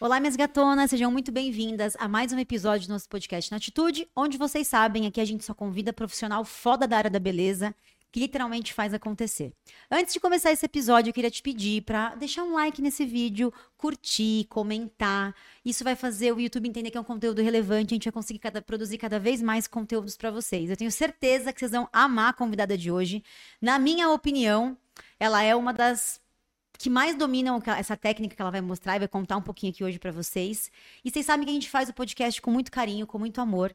Olá, minhas gatonas, sejam muito bem-vindas a mais um episódio do nosso podcast Na Atitude, onde vocês sabem, aqui a gente só convida profissional foda da área da beleza, que literalmente faz acontecer. Antes de começar esse episódio, eu queria te pedir para deixar um like nesse vídeo, curtir, comentar. Isso vai fazer o YouTube entender que é um conteúdo relevante, a gente vai conseguir cada- produzir cada vez mais conteúdos para vocês. Eu tenho certeza que vocês vão amar a convidada de hoje. Na minha opinião, ela é uma das que mais dominam o que ela- essa técnica que ela vai mostrar e vai contar um pouquinho aqui hoje para vocês. E vocês sabem que a gente faz o podcast com muito carinho, com muito amor,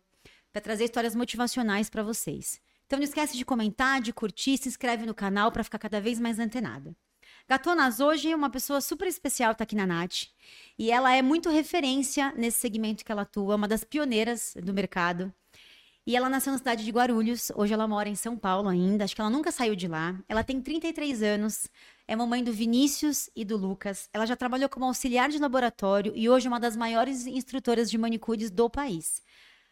para trazer histórias motivacionais para vocês. Então não esquece de comentar, de curtir, se inscreve no canal para ficar cada vez mais antenada. Gatonas, hoje uma pessoa super especial tá aqui na Nath. E ela é muito referência nesse segmento que ela atua, uma das pioneiras do mercado. E ela nasceu na cidade de Guarulhos, hoje ela mora em São Paulo ainda, acho que ela nunca saiu de lá. Ela tem 33 anos, é mamãe do Vinícius e do Lucas. Ela já trabalhou como auxiliar de laboratório e hoje é uma das maiores instrutoras de manicures do país.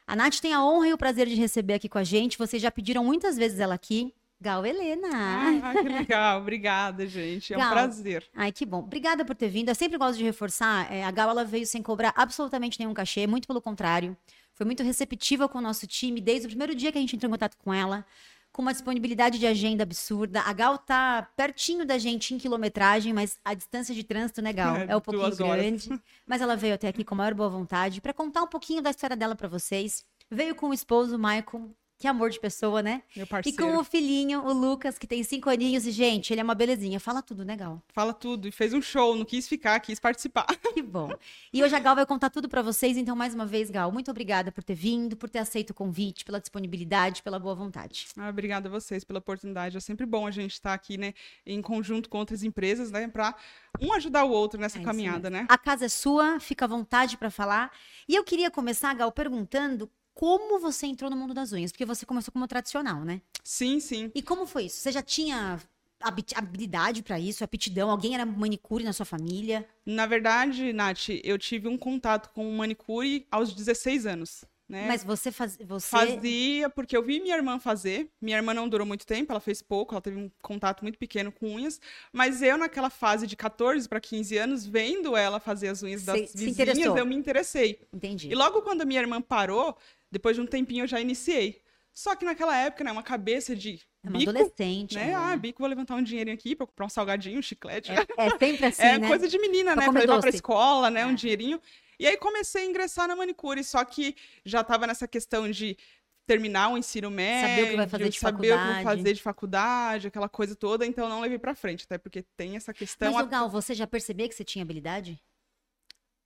A Nath tem a honra e o prazer de receber aqui com a gente. Vocês já pediram muitas vezes ela aqui. Gal Helena. Ah, que legal. Obrigada, gente. É um Gal. prazer. Ai, que bom. Obrigada por ter vindo. Eu sempre gosto de reforçar, é, a Gal ela veio sem cobrar absolutamente nenhum cachê, muito pelo contrário. Foi muito receptiva com o nosso time desde o primeiro dia que a gente entrou em contato com ela, com uma disponibilidade de agenda absurda. A Gal tá pertinho da gente em quilometragem, mas a distância de trânsito, né, Gal? É, É um pouquinho duas horas. grande. Mas ela veio até aqui com a maior boa vontade para contar um pouquinho da história dela para vocês. Veio com o esposo, o Maicon. Que é amor de pessoa, né? Meu E parceiro. com o filhinho, o Lucas, que tem cinco aninhos. E, gente, ele é uma belezinha. Fala tudo, né, Gal? Fala tudo. E fez um show. Não quis ficar, quis participar. Que bom. E hoje a Gal vai contar tudo pra vocês, então mais uma vez, Gal, muito obrigada por ter vindo, por ter aceito o convite, pela disponibilidade, pela boa vontade. Ah, obrigada a vocês pela oportunidade. É sempre bom a gente estar aqui, né? Em conjunto com outras empresas, né? Pra um ajudar o outro nessa É isso caminhada, né? A casa é sua, fica à vontade pra falar. E eu queria começar, Gal, perguntando como você entrou no mundo das unhas, porque você começou como tradicional, né? Sim, sim. E como foi isso? Você já tinha habi- habilidade pra isso, aptidão? Alguém era manicure na sua família? Na verdade, Nath, eu tive um contato com o manicure aos 16 anos, né? Mas você faz, você Fazia, porque eu vi minha irmã fazer. Minha irmã não durou muito tempo, ela fez pouco, ela teve um contato muito pequeno com unhas. Mas eu, naquela fase de 14 para 15 anos, vendo ela fazer as unhas das Se- se vizinhas, interessou. eu me interessei. entendi. E logo quando a minha irmã parou, depois de um tempinho eu já iniciei. Só que naquela época, né, uma cabeça de É uma bico, adolescente. né? né? Ah, bico, vou levantar um dinheirinho aqui para comprar um salgadinho, um chiclete. é, é sempre assim, É né? coisa de menina, Pra né? Pra comer levar pra doce. escola, né? É. Um dinheirinho. E aí comecei a ingressar na manicure, só que já tava nessa questão de terminar o ensino médio, Saber o que vai fazer de saber o que vou faculdade. fazer de faculdade, aquela coisa toda, então não levei pra frente, até porque tem essa questão. Mas, ô, Então, a- Gal, você já percebia que você tinha habilidade?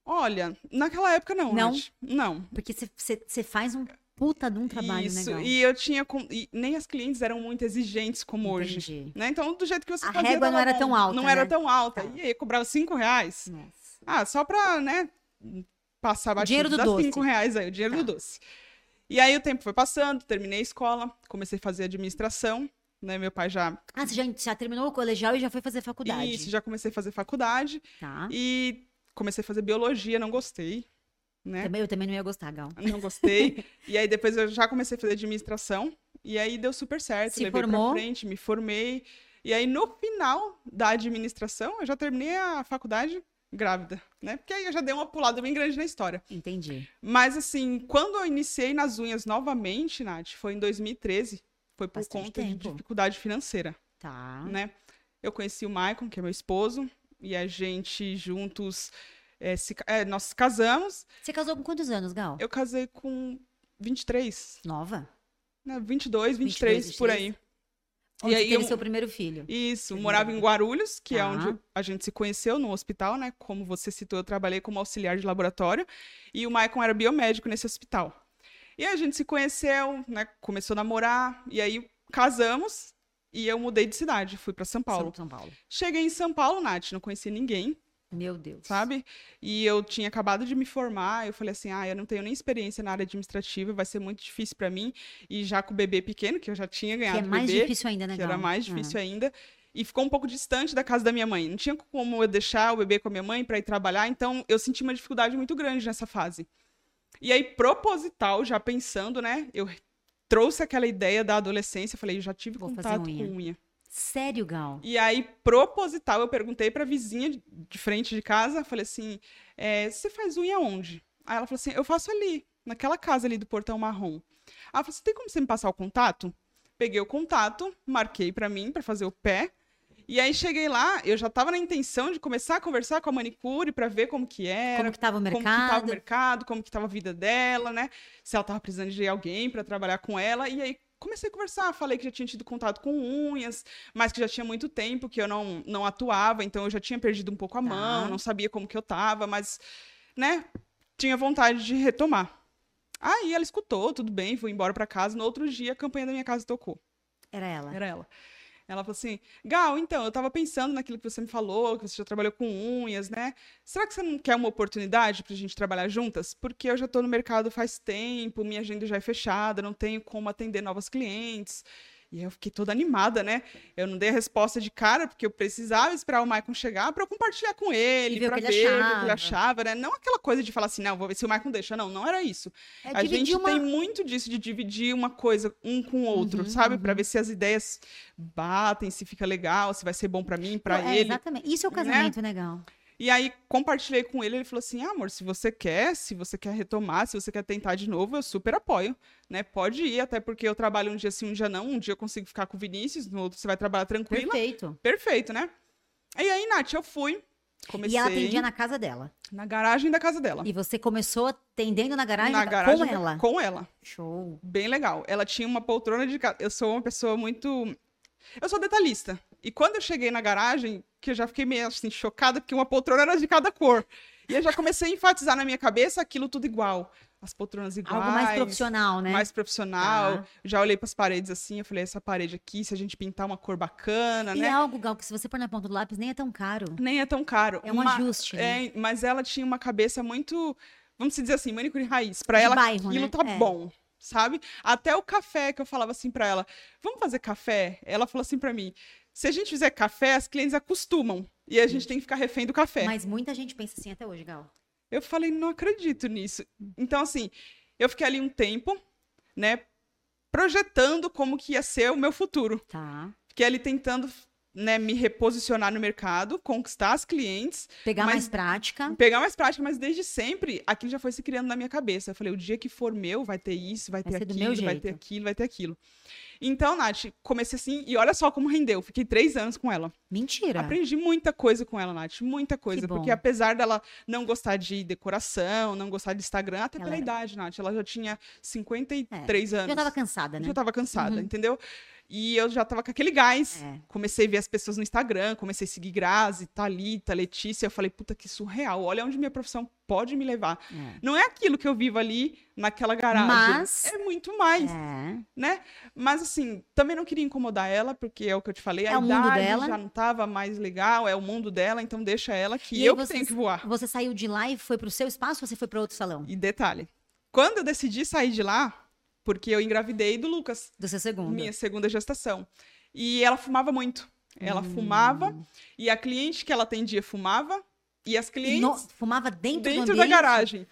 Olha, naquela época não, Não? Nath. Não. Porque você faz um puta de um trabalho, Isso. né, Gal? E eu tinha com- e nem as clientes eram muito exigentes como hoje. Entendi. né? Então, do jeito que você A fazia, régua não tava era bom. tão alta, Não era né? tão alta. Tá. E aí, cobrava cinco reais. Nossa. Ah, só pra, né, passar O batido. dinheiro do Dá doce. Tá. cinco reais aí, o dinheiro do doce. E aí o tempo foi passando, terminei a escola, comecei a fazer administração, né, meu pai já... Ah, você já, já terminou o colegial e já foi fazer faculdade. Isso, já comecei a fazer faculdade Tá. e comecei a fazer biologia, não gostei, né, Também, eu também não ia gostar, Gal. não gostei. e aí depois eu já comecei a fazer administração e aí deu super certo, Se levei formou? pra frente, me formei. E aí no final da administração, eu já terminei a faculdade grávida, né, porque aí eu já dei uma pulada bem grande na história. Entendi. Mas assim, quando eu iniciei nas unhas novamente, Nath, foi em 2013. Foi por Bastante conta de tempo. dificuldade financeira, Tá. né? Eu conheci o Maicon, que é meu esposo, e a gente juntos é, se ca- é, nós casamos. Você casou com quantos anos, Gal? Eu casei com 23, Nova? né? 22, 23, 23, por aí. Onde aí você teve eu- seu primeiro filho? Isso, Entendi. morava em Guarulhos, que é Tá. onde a gente se conheceu no hospital, né? Como você citou, eu trabalhei como auxiliar de laboratório e o Maicon era biomédico nesse hospital. E a gente se conheceu, né? Começou a namorar e aí casamos e eu mudei de cidade, fui para São Paulo. São, São Paulo. Cheguei em São Paulo, Nath, não conheci ninguém, Meu Deus. sabe? E eu tinha acabado de me formar, eu falei assim: "Ah, eu não tenho nem experiência na área administrativa, vai ser muito difícil para mim". E já com o bebê pequeno, que eu já tinha Que ganhado é mais bebê, difícil ainda, né, que Gal? era mais Ah. difícil ainda. E ficou um pouco distante da casa da minha mãe. Não tinha como eu deixar o bebê com a minha mãe para ir trabalhar, então eu senti uma dificuldade muito grande nessa fase. E aí, proposital, já pensando, né? Eu trouxe aquela ideia da adolescência, falei, eu já tive Vou fazer contato unha. com unha. Ah. Sério, Gal? E aí, proposital, eu perguntei pra vizinha de- de frente de casa, falei assim, é, você faz unha onde? Aí ela falou assim, eu faço ali, naquela casa ali do portão marrom. Ela falou, você tem como você me passar o contato? Peguei o contato, marquei pra mim pra fazer o pé. E aí cheguei lá, eu já tava na intenção de começar a conversar com a manicure pra ver como que era, Como que tava o como que estava o mercado? mercado, como que estava a vida dela, né? Se ela estava precisando de alguém para trabalhar com ela. E aí comecei a conversar, falei que já tinha tido contato com unhas, mas que já tinha muito tempo que eu não, não atuava, então eu já tinha perdido um pouco a Tá. mão, não sabia como que eu tava, mas, né, tinha vontade de retomar. Aí ela escutou, tudo bem, fui embora para casa. No outro dia, a campanha da minha casa tocou. Era ela. Era ela. Ela falou assim: Gal, então, eu tava pensando naquilo que você me falou, que você já trabalhou com unhas, né? Será que você não quer uma oportunidade pra gente trabalhar juntas? Porque eu já tô no mercado faz tempo, minha agenda já é fechada, não tenho como atender novas clientes. E eu fiquei toda animada, né? Eu não dei a resposta de cara, porque eu precisava esperar o Maicon chegar pra eu compartilhar com ele, E ver o pra que ver ele o que ele achava. achava, né? Não aquela coisa de falar assim, não, vou ver se o Maicon deixa. Não, não era isso É a gente dividir uma. tem muito disso de dividir uma coisa um com o outro, Uhum, sabe? Pra ver se as ideias batem, se fica legal, se vai ser bom pra mim, pra Não, é, ele. exatamente. Isso é o né? casamento, né, Gal? E aí compartilhei com ele, ele falou assim: ah, "Amor, se você quer, se você quer retomar, se você quer tentar de novo, eu super apoio, né? Pode ir, até porque eu trabalho um dia sim, um dia não, um dia eu consigo ficar com o Vinícius, no outro você vai trabalhar tranquila. Perfeito. Perfeito, né? E aí, Nath, eu fui, E comecei ela atendia na casa dela. na garagem da casa dela. E você começou atendendo na garagem, na da- garagem com da- ela. Com ela. Show. bem legal. Ela tinha uma poltrona de casa. Eu sou uma pessoa muito. Eu sou detalhista. E quando eu cheguei na garagem, que eu já fiquei meio assim chocada, porque uma poltrona era de cada cor. E eu já comecei a enfatizar na minha cabeça aquilo tudo igual. As poltronas iguais. Algo mais profissional, né? mais profissional. Tá. Já olhei para as paredes assim, eu falei, essa parede aqui, se a gente pintar uma cor bacana, E é né? algo, Gal, que se você pôr na ponta do lápis nem é tão caro. Nem é tão caro. É um Ma- ajuste, né? é, mas ela tinha uma cabeça muito, vamos dizer assim, manicure raiz. Pra ela, bairro, aquilo né? tá É. bom, sabe? Até o café que eu falava assim pra ela, vamos fazer café? Ela falou assim pra mim, se a gente fizer café, as clientes acostumam. E a gente tem que ficar refém do café. Mas muita gente pensa assim até hoje, Gal. Eu falei, não acredito nisso. Então, assim, eu fiquei ali um tempo, né? Projetando como que ia ser o meu futuro. Tá. Fiquei ali tentando, né, me reposicionar no mercado, conquistar as clientes Pegar Mas- mais prática. pegar mais prática, mas desde sempre aquilo já foi se criando na minha cabeça. Eu falei, o dia que for meu, vai ter isso, vai, Vai ter ser do aquilo, meu vai ter jeito. aquilo, vai ter aquilo. Então, Nath, comecei assim, e olha só como rendeu. Fiquei três anos com ela. Mentira. Aprendi muita coisa com ela, Nath, muita coisa. Porque bom. apesar dela não gostar de decoração, não gostar de Instagram, até Ela pela era- idade, Nath, ela já tinha 53 anos. Eu tava cansada, né? Já tava cansada, Uhum. entendeu? E eu já tava com aquele gás. É. Comecei a ver as pessoas no Instagram, comecei a seguir Grazi, Thalita, Letícia. Eu falei, puta que surreal, olha onde minha profissão pode me levar. é. Não é aquilo que eu vivo ali naquela garagem. Mas- É muito mais, É. né? Mas assim, também não queria incomodar ela, porque é o que eu te falei, É a o mundo idade dela. já não tava mais legal, é o mundo dela, então deixa ela que E aí eu que vocês- tenho que voar. Você saiu de lá e foi pro seu espaço ou você foi pra outro salão? E detalhe, quando eu decidi sair de lá, porque eu engravidei do Lucas. Do seu segundo. minha segunda gestação. E ela fumava muito. Ela fumava e a cliente que ela atendia fumava e as Hum. E clientes no- Fumava dentro, dentro, do da ambiente? garagem.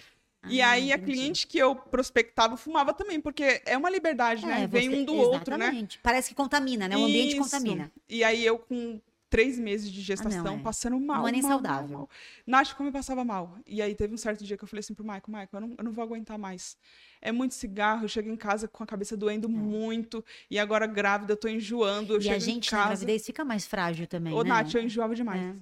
e Ah, aí a entendi. cliente que eu prospectava fumava também, porque é uma liberdade, né? É, Vem você- um do outro, né? exatamente. Parece que contamina, né? O ambiente Isso. contamina. E aí eu com três meses de gestação, é. passando mal. Não é nem mal, mal, saudável. mal. Nath, como eu passava mal. E aí teve um certo dia que eu falei assim pro Michael, Michael, eu não, eu não vou aguentar mais. É muito cigarro, eu chego em casa com a cabeça doendo muito, e agora grávida, eu tô enjoando, eu É. e chego a gente em na casa. gravidez fica mais frágil também, Ô, né? É. Nath, eu enjoava demais.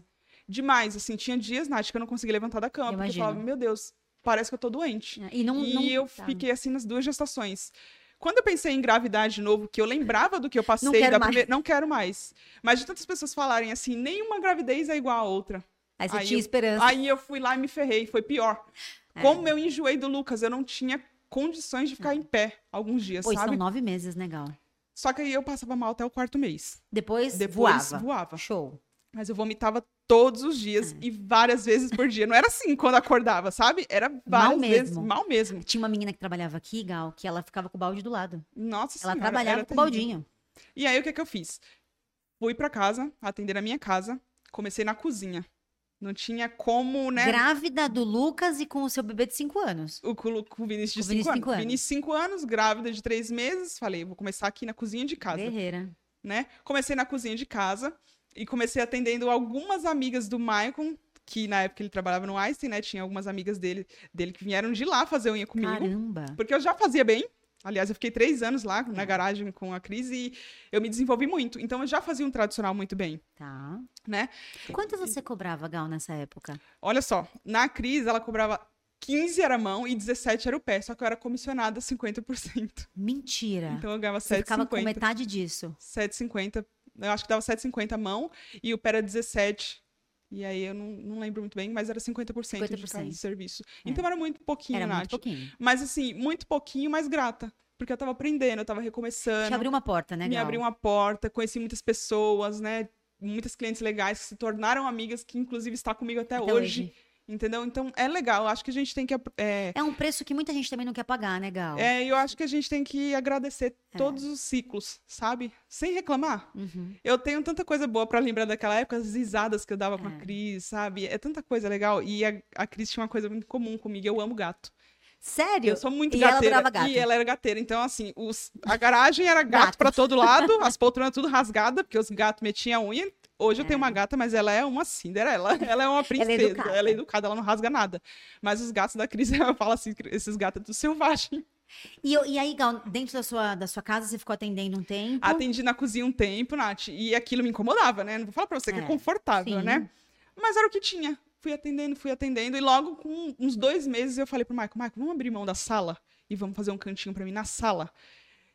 Demais, assim, tinha dias, Nath, que eu não conseguia levantar da cama, Eu porque eu falava, imagino. meu Deus, parece que eu tô doente. É, E, não, e não- eu tá. fiquei assim nas duas gestações. Quando eu pensei em engravidar de novo, que eu lembrava do que eu passei quero da mais. primeira. Não quero mais. Mas de tantas pessoas falarem assim, nenhuma gravidez é igual a outra. né? Aí você aí tinha eu- esperança. Aí eu fui lá e me ferrei, foi pior. É. Como eu enjoei do Lucas, eu não tinha condições de ficar em pé alguns dias, Pois são sabe? nove meses, né, Gal? Só que aí eu passava mal até o quarto mês. Depois, Depois voava. É. voava. Show. Mas eu vomitava todos os dias e várias vezes por dia. Não era assim quando acordava, sabe? Era várias vezes, mesmo. mal mesmo. Tinha uma menina que trabalhava aqui, Gal, que ela ficava com o balde do lado. Nossa Ela senhora, trabalhava era com o terrível. baldinho. E aí o que é que eu fiz? Fui pra casa, atender a minha casa, comecei na cozinha. Não tinha como, né? Grávida do Lucas e com o seu bebê de cinco anos. O, cu- com Com o o Vinícius de Vinícius 5 cinco anos. anos. Vinícius 5 anos, grávida de 3 meses. Falei, vou começar aqui na cozinha de casa. Guerreira. né? Comecei na cozinha de casa e comecei atendendo algumas amigas do Maicon, que na época ele trabalhava no Einstein, né? Tinha algumas amigas dele, dele que vieram de lá fazer unha comigo. Caramba. Porque eu já fazia bem. Aliás, eu fiquei três anos lá Uhum. na garagem com a Cris e eu me desenvolvi muito. Então, eu já fazia um tradicional muito bem, Tá. né? Quanto você cobrava, Gal, nessa época? Olha só, na Cris, ela cobrava 15 era mão e 17 era o pé. Só que eu era comissionada 50%. Mentira. Então, eu ganhava É. você ficava com 7,50. metade disso. 7,50. Eu acho que dava 7,50 a mão e o pé era 17. E aí, eu não, não lembro muito bem, mas era 50%, de 50%. cada serviço. É. Então, era muito pouquinho, Era Nath. muito pouquinho. Mas, assim, muito pouquinho, mas grata. Porque eu tava aprendendo, eu tava Te recomeçando. abriu uma porta, né, me Gal? abriu uma porta, conheci muitas pessoas, né? Muitas clientes legais que se tornaram amigas, que inclusive está comigo até, Até hoje, Entendeu? Então é legal. eu Acho que a gente tem que. ap- É, É um preço que muita gente também não quer pagar, né, Gal? é, eu acho que a gente tem que agradecer todos os ciclos, sabe? Sem reclamar. É. Uhum. Eu tenho tanta coisa boa pra lembrar daquela época, as risadas que eu dava com É. a Cris, sabe? É tanta coisa legal. E a, a Cris tinha uma coisa muito comum comigo: eu amo gato. Sério? Eu sou muito E ela gateira. adorava gato. E ela era gateira. Então, assim, os- a garagem era Gato. gato pra todo lado, as poltronas tudo rasgada, porque os gatos metiam a unha. Hoje eu tenho uma gata, mas ela é uma Cinderela. Ela é uma princesa. Ela é educada, educada. ela, não rasga nada. Mas os gatos da Cris, eu falo assim, esses gatos é tudo selvagem. E, eu- e aí, Gal, dentro da sua, da sua casa, você ficou atendendo um tempo? Atendi na cozinha um tempo, Nath, e aquilo me incomodava, né? Não vou falar pra você que é, É, confortável, sim. né? Mas era o que tinha. Fui atendendo, fui atendendo, e logo com uns dois meses eu falei pro Marco, Marco, vamos abrir mão da sala e vamos fazer um cantinho pra mim na sala.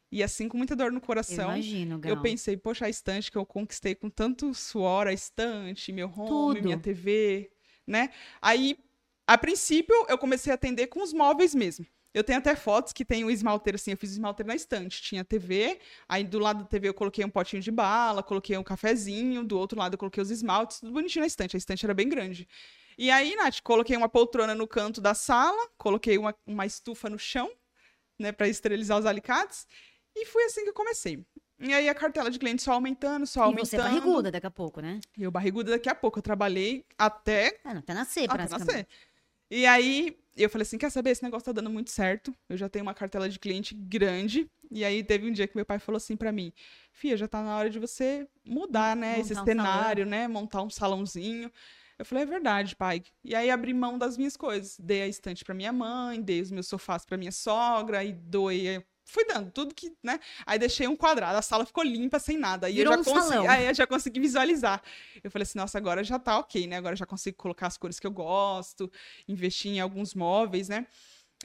E assim, com muita dor no Eu coração, imagino, Gal. eu pensei, poxa, a estante que eu conquistei com tanto suor, a estante, meu home, Tudo. minha TV, né? Aí, a princípio, eu comecei a atender com os móveis mesmo. Eu tenho até fotos que tem o esmalteiro, assim, eu fiz o esmalteiro na estante. Tinha a TV, aí do lado da TV eu coloquei um potinho de bala, coloquei um cafezinho, do outro lado eu coloquei os esmaltes, tudo bonitinho na estante. A estante era bem grande. E aí, Nath, coloquei uma poltrona no canto da sala, coloquei uma, uma estufa no chão, né, para esterilizar os alicates. E foi assim que eu comecei. E aí a cartela de clientes só aumentando, só E aumentando. você é tá barriguda daqui a pouco, né? E eu barriguda daqui a pouco. Eu trabalhei até, Ah, não, até nascer, até praticamente. nascer. E aí eu falei assim, quer saber, esse negócio tá dando muito certo. Eu já tenho uma cartela de cliente grande. E aí teve um dia que meu pai falou assim pra mim, Fia, já tá na hora de você mudar, né, esse Montar um cenário, né, montar um salãozinho. Eu falei, é verdade, pai. E aí abri mão das minhas coisas. Dei a estante pra minha mãe, dei os meus sofás pra minha sogra, e doei... Fui dando tudo que, né? Aí deixei um quadrado, a sala ficou limpa, sem nada. E eu Virou já um consegui, salão. aí eu já consegui visualizar. Eu falei assim, nossa, agora já tá ok, né? Agora eu já consigo colocar as cores que eu gosto, investir em alguns móveis, né?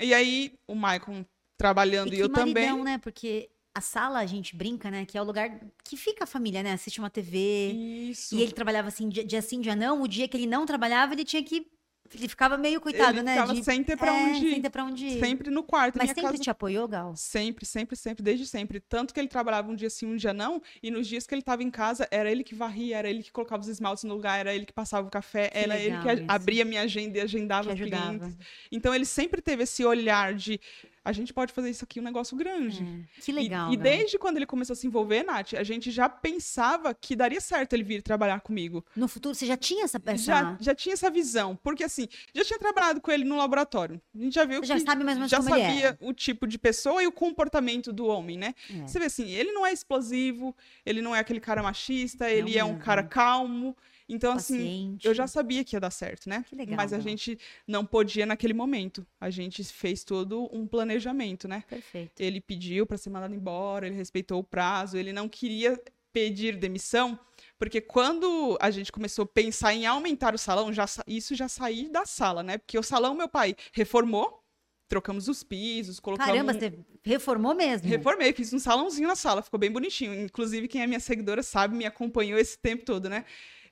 E aí o Maicon E trabalhando e, que eu também. maridão, né? Porque a sala, a gente brinca, né? Que é o lugar que fica a família, né? Assiste uma TV. Isso. E ele trabalhava assim, dia, dia sim, dia não. O dia que ele não trabalhava, ele tinha que... Ele ficava meio coitado, Ele né? ficava de... sem ter pra é, onde sem ir. ter pra onde ir. Sempre no quarto. Mas Minha sempre casa te apoiou, Gal? Sempre, sempre, sempre, desde sempre. Tanto que ele trabalhava um dia sim, um dia não, e nos dias que ele estava em casa, era ele que varria, era ele que colocava os esmaltes no lugar, era ele que passava o café, Que era ele legal que a- isso. abria minha agenda Te e agendava os ajudava. clientes. Então ele sempre teve esse olhar de a gente pode fazer isso aqui um negócio grande. É. Que E- legal, E, Gal. desde quando ele começou a se envolver, Nath, a gente já pensava que daria certo ele vir trabalhar comigo. No futuro, você já tinha essa... essa... Já, já tinha essa visão. Porque assim, já tinha trabalhado com ele no laboratório. A gente já viu Você já que sabe mais ou menos já como ele é. sabia o tipo de pessoa e o comportamento do homem, né? É. Você vê assim, ele não é explosivo, ele não é aquele cara machista, ele é um mesmo. cara calmo. Então, assim, paciente. eu já sabia que ia dar certo, né? Que legal, Mas a Gal. gente não podia naquele momento. A gente fez todo um planejamento, né? Perfeito. Ele pediu para ser mandado embora, ele respeitou o prazo, ele não queria pedir demissão, porque quando a gente começou a pensar em aumentar o salão, já sa- isso já saí da sala, né? Porque o salão meu pai reformou, trocamos os pisos, colocamos um Caramba, você tá reformou mesmo. Reformei, fiz um salãozinho na sala, ficou bem bonitinho. Inclusive, quem é minha seguidora sabe, me acompanhou esse tempo todo, né?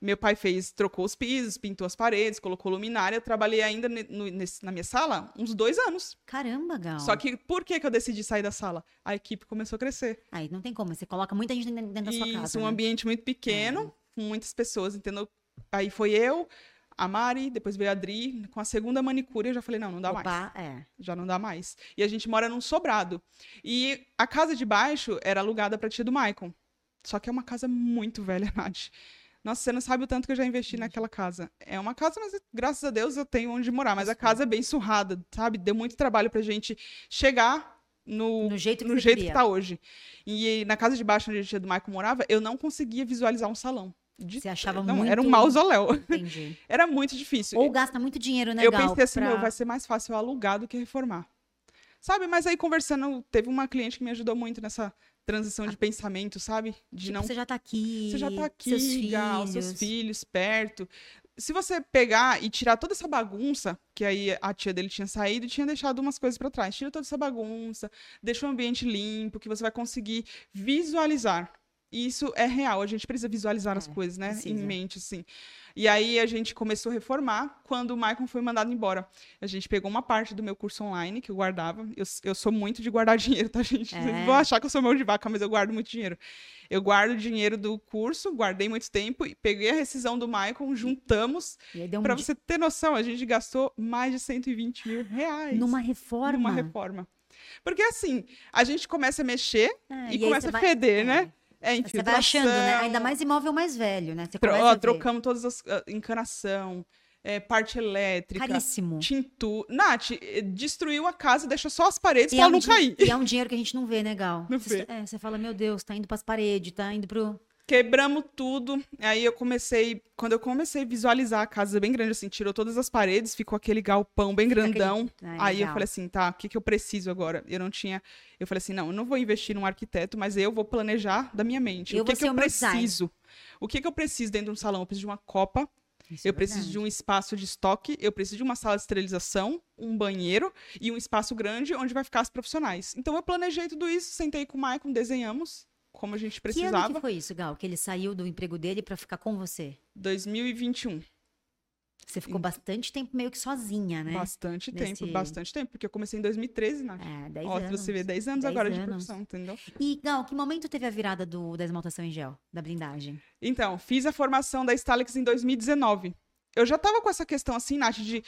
Meu pai fez, trocou os pisos, pintou as paredes, colocou luminária. Eu trabalhei ainda ne- no- nesse- na minha sala uns dois anos. Caramba, Gal. Só que por que, que eu decidi sair da sala? A equipe começou a crescer. Aí não tem como, você coloca muita gente dentro dentro da sua casa. Isso, um né? É. ambiente muito pequeno, com muitas pessoas, entendeu? Aí foi eu, a Mari, depois veio a Adri. Com a segunda manicure, eu já falei, não, não dá mais. Opa, é. já não dá mais. E a gente mora num sobrado. E a casa de baixo era alugada pra tia do Maicon. Só que é uma casa muito velha, Nath. Nossa, você não sabe o tanto que eu já investi naquela casa. É uma casa, mas graças a Deus eu tenho onde morar. Mas a casa é bem surrada, sabe? Deu muito trabalho pra gente chegar, no, No jeito que no você jeito queria. que tá hoje. E na casa de baixo, onde a tia do Michael morava, eu não conseguia visualizar um salão. De- Você achava não, é muito... era um mausoléu. Entendi. Era muito difícil. Ou gasta muito dinheiro eu legal pensei assim, pra... meu, vai ser mais fácil eu alugar do que reformar. Sabe? Mas aí conversando, teve uma cliente que me ajudou muito nessa transição Ah. de pensamento, sabe? De tipo, não você já tá aqui, você já tá aqui, seus Gal, filhos. seus filhos perto. Se você pegar e tirar toda essa bagunça, que aí a tia dele tinha saído e tinha deixado umas coisas para trás, tira toda essa bagunça, deixa o ambiente limpo, que você vai conseguir visualizar. E Isso é real, a gente precisa visualizar as É, coisas, né? precisa. Em mente, assim. E aí a gente começou a reformar quando o Maicon foi mandado embora. A gente pegou uma parte do meu curso online que eu guardava. Eu, eu sou muito de guardar dinheiro, tá, gente? Vocês É. vão achar que eu sou mão de vaca, mas eu guardo muito dinheiro. Eu guardo o dinheiro do curso, guardei muito tempo e peguei a rescisão do Maicon, juntamos. E aí deu um Pra di- você ter noção, a gente gastou mais de 120 mil reais numa reforma. é numa reforma. Porque assim, a gente começa a mexer É, e, aí começa você a vai- feder, é. né? É Você infiltração. vai achando, né? Ainda mais imóvel mais velho, né? Você tro- começa ó, a ver. trocamos todas as ah, encanação, é, parte elétrica, Caríssimo. tintu. Nath, eh, destruiu a casa, deixou só as paredes E é pra ela um não di- cair. E é um dinheiro que a gente não vê, né, Gal? Não você, é, você fala, meu Deus, tá indo pras paredes, tá indo pro... Quebramos tudo. Aí eu comecei. Quando eu comecei a visualizar a casa bem grande, assim, tirou todas as paredes, ficou aquele galpão bem aquele- grandão. Ah, Aí eu legal. falei assim, tá, o que, que eu preciso agora? Eu não tinha. Eu falei assim, não, eu não vou investir num arquiteto, mas eu vou planejar da minha mente. Eu o que, vou que ser eu o meu design. preciso? O que, que eu preciso dentro de um salão? Eu preciso de uma copa, Isso é eu preciso verdade. de um espaço de estoque, eu preciso de uma sala de esterilização, um banheiro e um espaço grande onde vai ficar os profissionais. Então eu planejei tudo isso, sentei com o Maicon, desenhamos como a gente Que ano que precisava. foi isso, Gal? Que ele saiu do emprego dele pra ficar com você? 2021. Você ficou bastante tempo meio que sozinha, né? Bastante Nesse- tempo, bastante tempo, porque eu comecei em 2013, Nath. É, 10 né? Ó, anos. você vê 10 anos 10 agora de anos. profissão, entendeu? E, Gal, que momento teve a virada do, da esmaltação em gel, da blindagem? Então, fiz a formação da Stalix em 2019. Eu já tava com essa questão assim, Nath, de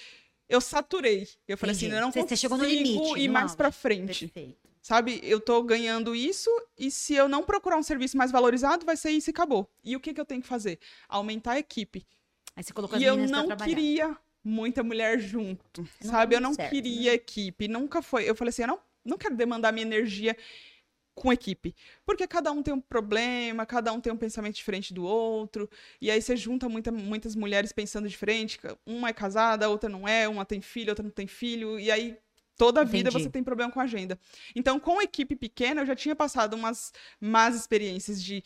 eu saturei. Eu falei Entendi. assim, eu não Você- consigo você chegou no limite, ir no mais auge. pra frente. Perfeito. Sabe, eu tô ganhando isso e se eu não procurar um serviço mais valorizado, vai ser isso e acabou. E o que, que eu tenho que fazer? Aumentar a equipe. Aí você colocou as e eu meninas pra não trabalhar. queria muita mulher junto, Não sabe? deu Eu não muito certo, né? queria equipe, nunca foi. Eu falei assim, eu não, não quero demandar minha energia com equipe, porque cada um tem um problema, cada um tem um pensamento diferente do outro, e aí você junta muita, muitas mulheres pensando diferente, ca- uma é casada, a outra não é, uma tem filho, a outra não tem filho, e aí toda a vida Entendi. você tem problema com a agenda. Então, com a equipe pequena, eu já tinha passado umas más experiências de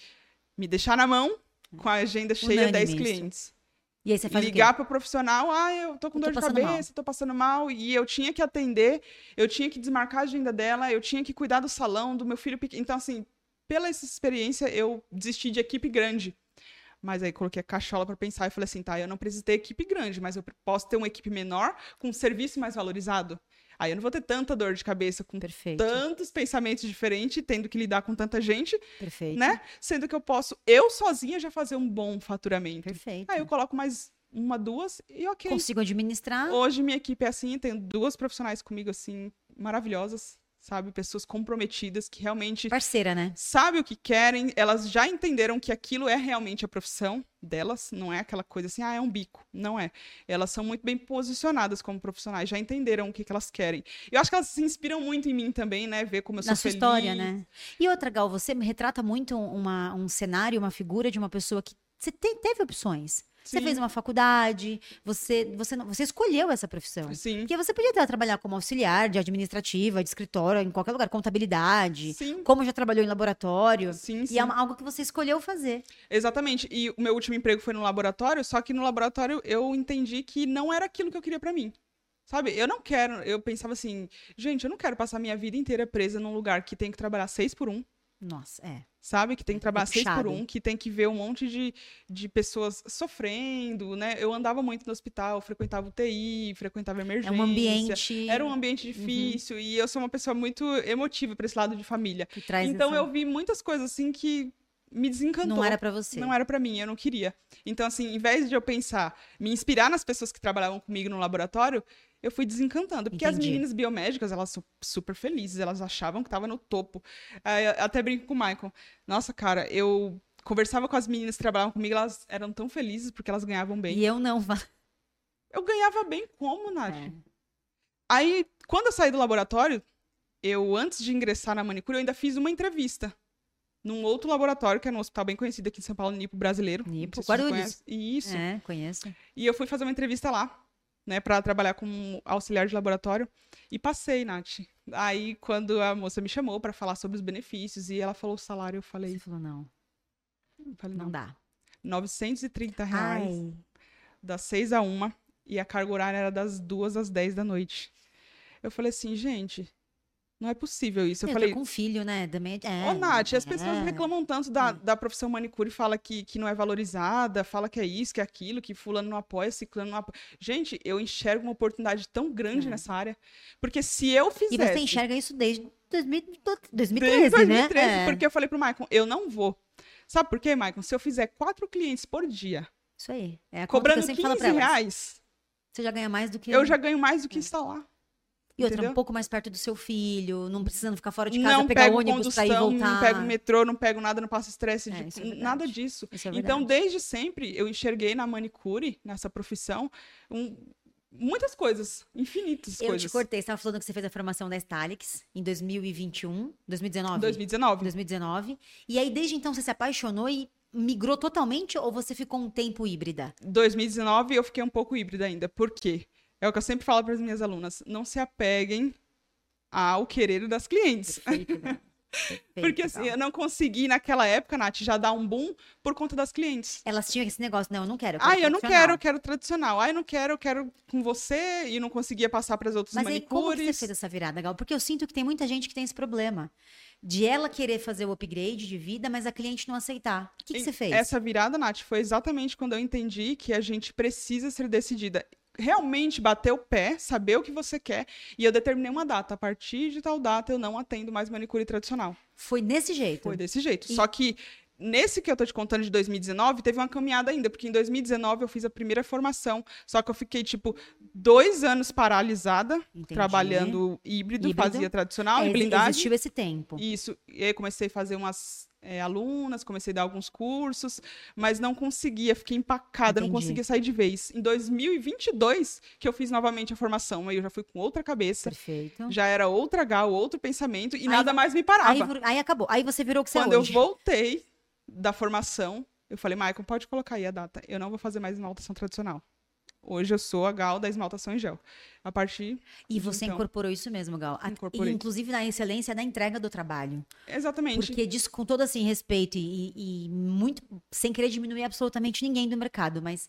me deixar na mão com a agenda cheia de 10 Unânime isso. clientes E aí você faz ligar para o profissional, ah, eu tô com Eu tô dor de passando cabeça, mal." tô passando mal, e eu tinha que atender, eu tinha que desmarcar a agenda dela, eu tinha que cuidar do salão, do meu filho pequeno. Então, assim, pela essa experiência, eu desisti de equipe grande. Mas aí coloquei a cachola para pensar e falei assim, tá, eu não preciso ter equipe grande, mas eu posso ter uma equipe menor com um serviço mais valorizado. Aí eu não vou ter tanta dor de cabeça com o quê? Perfeito. tantos pensamentos diferentes, tendo que lidar com tanta gente, Perfeito. né? Sendo que eu posso, eu sozinha, já fazer um bom faturamento. Perfeito. Aí eu coloco mais uma, duas e ok. Consigo administrar. Hoje minha equipe é assim, tenho duas profissionais comigo assim, maravilhosas, sabe? Pessoas comprometidas que realmente Parceira, né? sabem o que querem, elas já entenderam que aquilo é realmente a profissão delas, não é aquela coisa assim, ah, é um bico. Não é. Elas são muito bem posicionadas como profissionais, já entenderam o que, que elas querem. Eu acho que elas se inspiram muito em mim também, né? Ver como eu sou na sua feliz. história, né? E outra, Gal, você me retrata muito uma- um cenário, uma figura de uma pessoa que você te- teve opções. Você Sim. fez uma faculdade, você, você, não- você escolheu essa profissão. Sim. Porque você podia tra- trabalhar como auxiliar de administrativa, de escritório, em qualquer lugar, contabilidade, Sim. como já trabalhou em laboratório. Sim, E é uma- algo que você escolheu fazer. Exatamente. E o meu último emprego foi no laboratório, só que no laboratório eu entendi que não era aquilo que eu queria pra mim. Sabe? Eu não quero. Eu pensava assim, gente, eu não quero passar minha vida inteira presa num lugar que tem que trabalhar seis por um, Nossa, é. sabe? Que tem que trabalhar seis por puxado. um, que tem que ver um monte de, de pessoas sofrendo, né? Eu andava muito no hospital, frequentava UTI, frequentava emergência. É um ambiente Uhum. Era um ambiente difícil e eu sou uma pessoa muito emotiva pra esse lado de família. que traz então essa- eu vi muitas coisas assim que me desencantou. não era pra você. Não é era pra mim, eu não queria. Então, assim, em vez de eu pensar, me inspirar nas pessoas que trabalhavam comigo no laboratório, eu fui desencantando. Porque as Entendi. meninas biomédicas, elas são super felizes, elas achavam que tava no topo. Ah, eu até brinco com o Michael. Nossa, cara, eu conversava com as meninas que trabalhavam comigo, elas eram tão felizes porque elas ganhavam bem. E eu não. Eu ganhava bem como, Nath? É. Aí, quando eu saí do laboratório, eu, antes de ingressar na manicure, eu ainda fiz uma entrevista num outro laboratório, que era um hospital bem conhecido aqui em São Paulo, Nipo Brasileiro. não Nipo, sei se vocês Guarulhos. conhecem. Isso. É, conheço. E eu fui fazer uma entrevista lá, né, para trabalhar como auxiliar de laboratório. E passei, Nath. Aí, quando a moça me chamou para falar sobre os benefícios e ela falou o salário, eu Você falei, falou, não, eu falei não não, dá. 930 reais, das 6 a 1 e a carga horária era das 2 às 10 da noite. Eu falei assim, gente, não é possível isso. eu Eu, falei, tô com um filho, né? Também, é, Ô, Nath, as pessoas é. reclamam tanto da, da profissão manicure, fala que, que não é valorizada, fala que é isso, que é aquilo, que fulano não apoia, ciclano não apoia. Gente, eu enxergo uma oportunidade tão grande É. nessa área, porque se eu fizesse... E você enxerga isso desde 2000 desde 2013, né? 2013, É, porque eu falei pro Maicon, eu não vou. Sabe por quê, Maicon? Se eu fizer quatro clientes por dia, Isso aí. É a conta que eu cobrando sempre 15 falo pra elas. reais, Você já ganha mais do que um, É. eu já ganho mais do que instalar. E outra, entendeu? um pouco mais perto do seu filho, não precisando ficar fora de casa, Não pegar pego ônibus pra ir condução, voltar. não pego metrô, não pego nada, não passo estresse, É, de- isso é nada verdade. disso. Isso é Então, verdade. desde sempre, eu enxerguei na manicure, nessa profissão, um- muitas coisas, infinitas Eu te coisas. cortei, você tava falando que você fez a formação da Stalix em 2021, 2019? 2019. 2019. E aí, desde então, você se apaixonou e migrou totalmente ou você ficou um tempo híbrida? 2019 eu fiquei um pouco híbrida ainda. Por quê? É o que eu sempre falo para as minhas alunas, não se apeguem ao querer das clientes. Perfeito, Dal. Perfeito, Porque assim, Dal. eu não consegui naquela época, Nath, já dar um boom por conta das clientes. Elas tinham esse negócio, não, eu não quero. Ah, eu não profissional. quero, eu quero tradicional. Ah, eu não quero, eu quero com você e não conseguia passar para as outras Mas aí, manicures. como que você fez essa virada, Gal? Porque eu sinto que tem muita gente que tem esse problema. De ela querer fazer o upgrade de vida, mas a cliente não aceitar. O que, que E você fez? Essa virada, Nath, foi exatamente quando eu entendi que a gente precisa ser decidida. Realmente bater o pé, saber o que você quer. E eu determinei uma data. A partir de tal data, eu não atendo mais manicure tradicional. Foi desse jeito. Foi desse jeito. Tá. E- Só que nesse que eu tô te contando de 2019, teve uma caminhada ainda, porque em 2019 eu fiz a primeira formação. Só que eu fiquei, tipo, dois anos paralisada, Entendi. trabalhando híbrido, Híbrido. fazia tradicional, É, exi- hibridagem. existiu esse tempo. Isso. E aí comecei a fazer umas é, alunas, comecei a dar alguns cursos, mas não conseguia, fiquei empacada, não Entendi. conseguia sair de vez. Em 2022 que eu fiz novamente a formação, aí eu já fui com outra cabeça, Perfeito. já era outra gal, outro pensamento e Aí nada vo- mais me Aí, parava. vo- aí acabou. Aí você virou o que você Quando é eu hoje. voltei da formação, eu falei, Maicon, pode colocar aí a data. Eu não vou fazer mais esmaltação tradicional. Hoje eu sou a gal da esmaltação em gel. A partir E você Então. incorporou isso mesmo, Gal. A- Incorporei. E, inclusive na excelência da entrega do trabalho. exatamente Porque diz com todo assim respeito e, e- e muito sem querer diminuir absolutamente ninguém do mercado, mas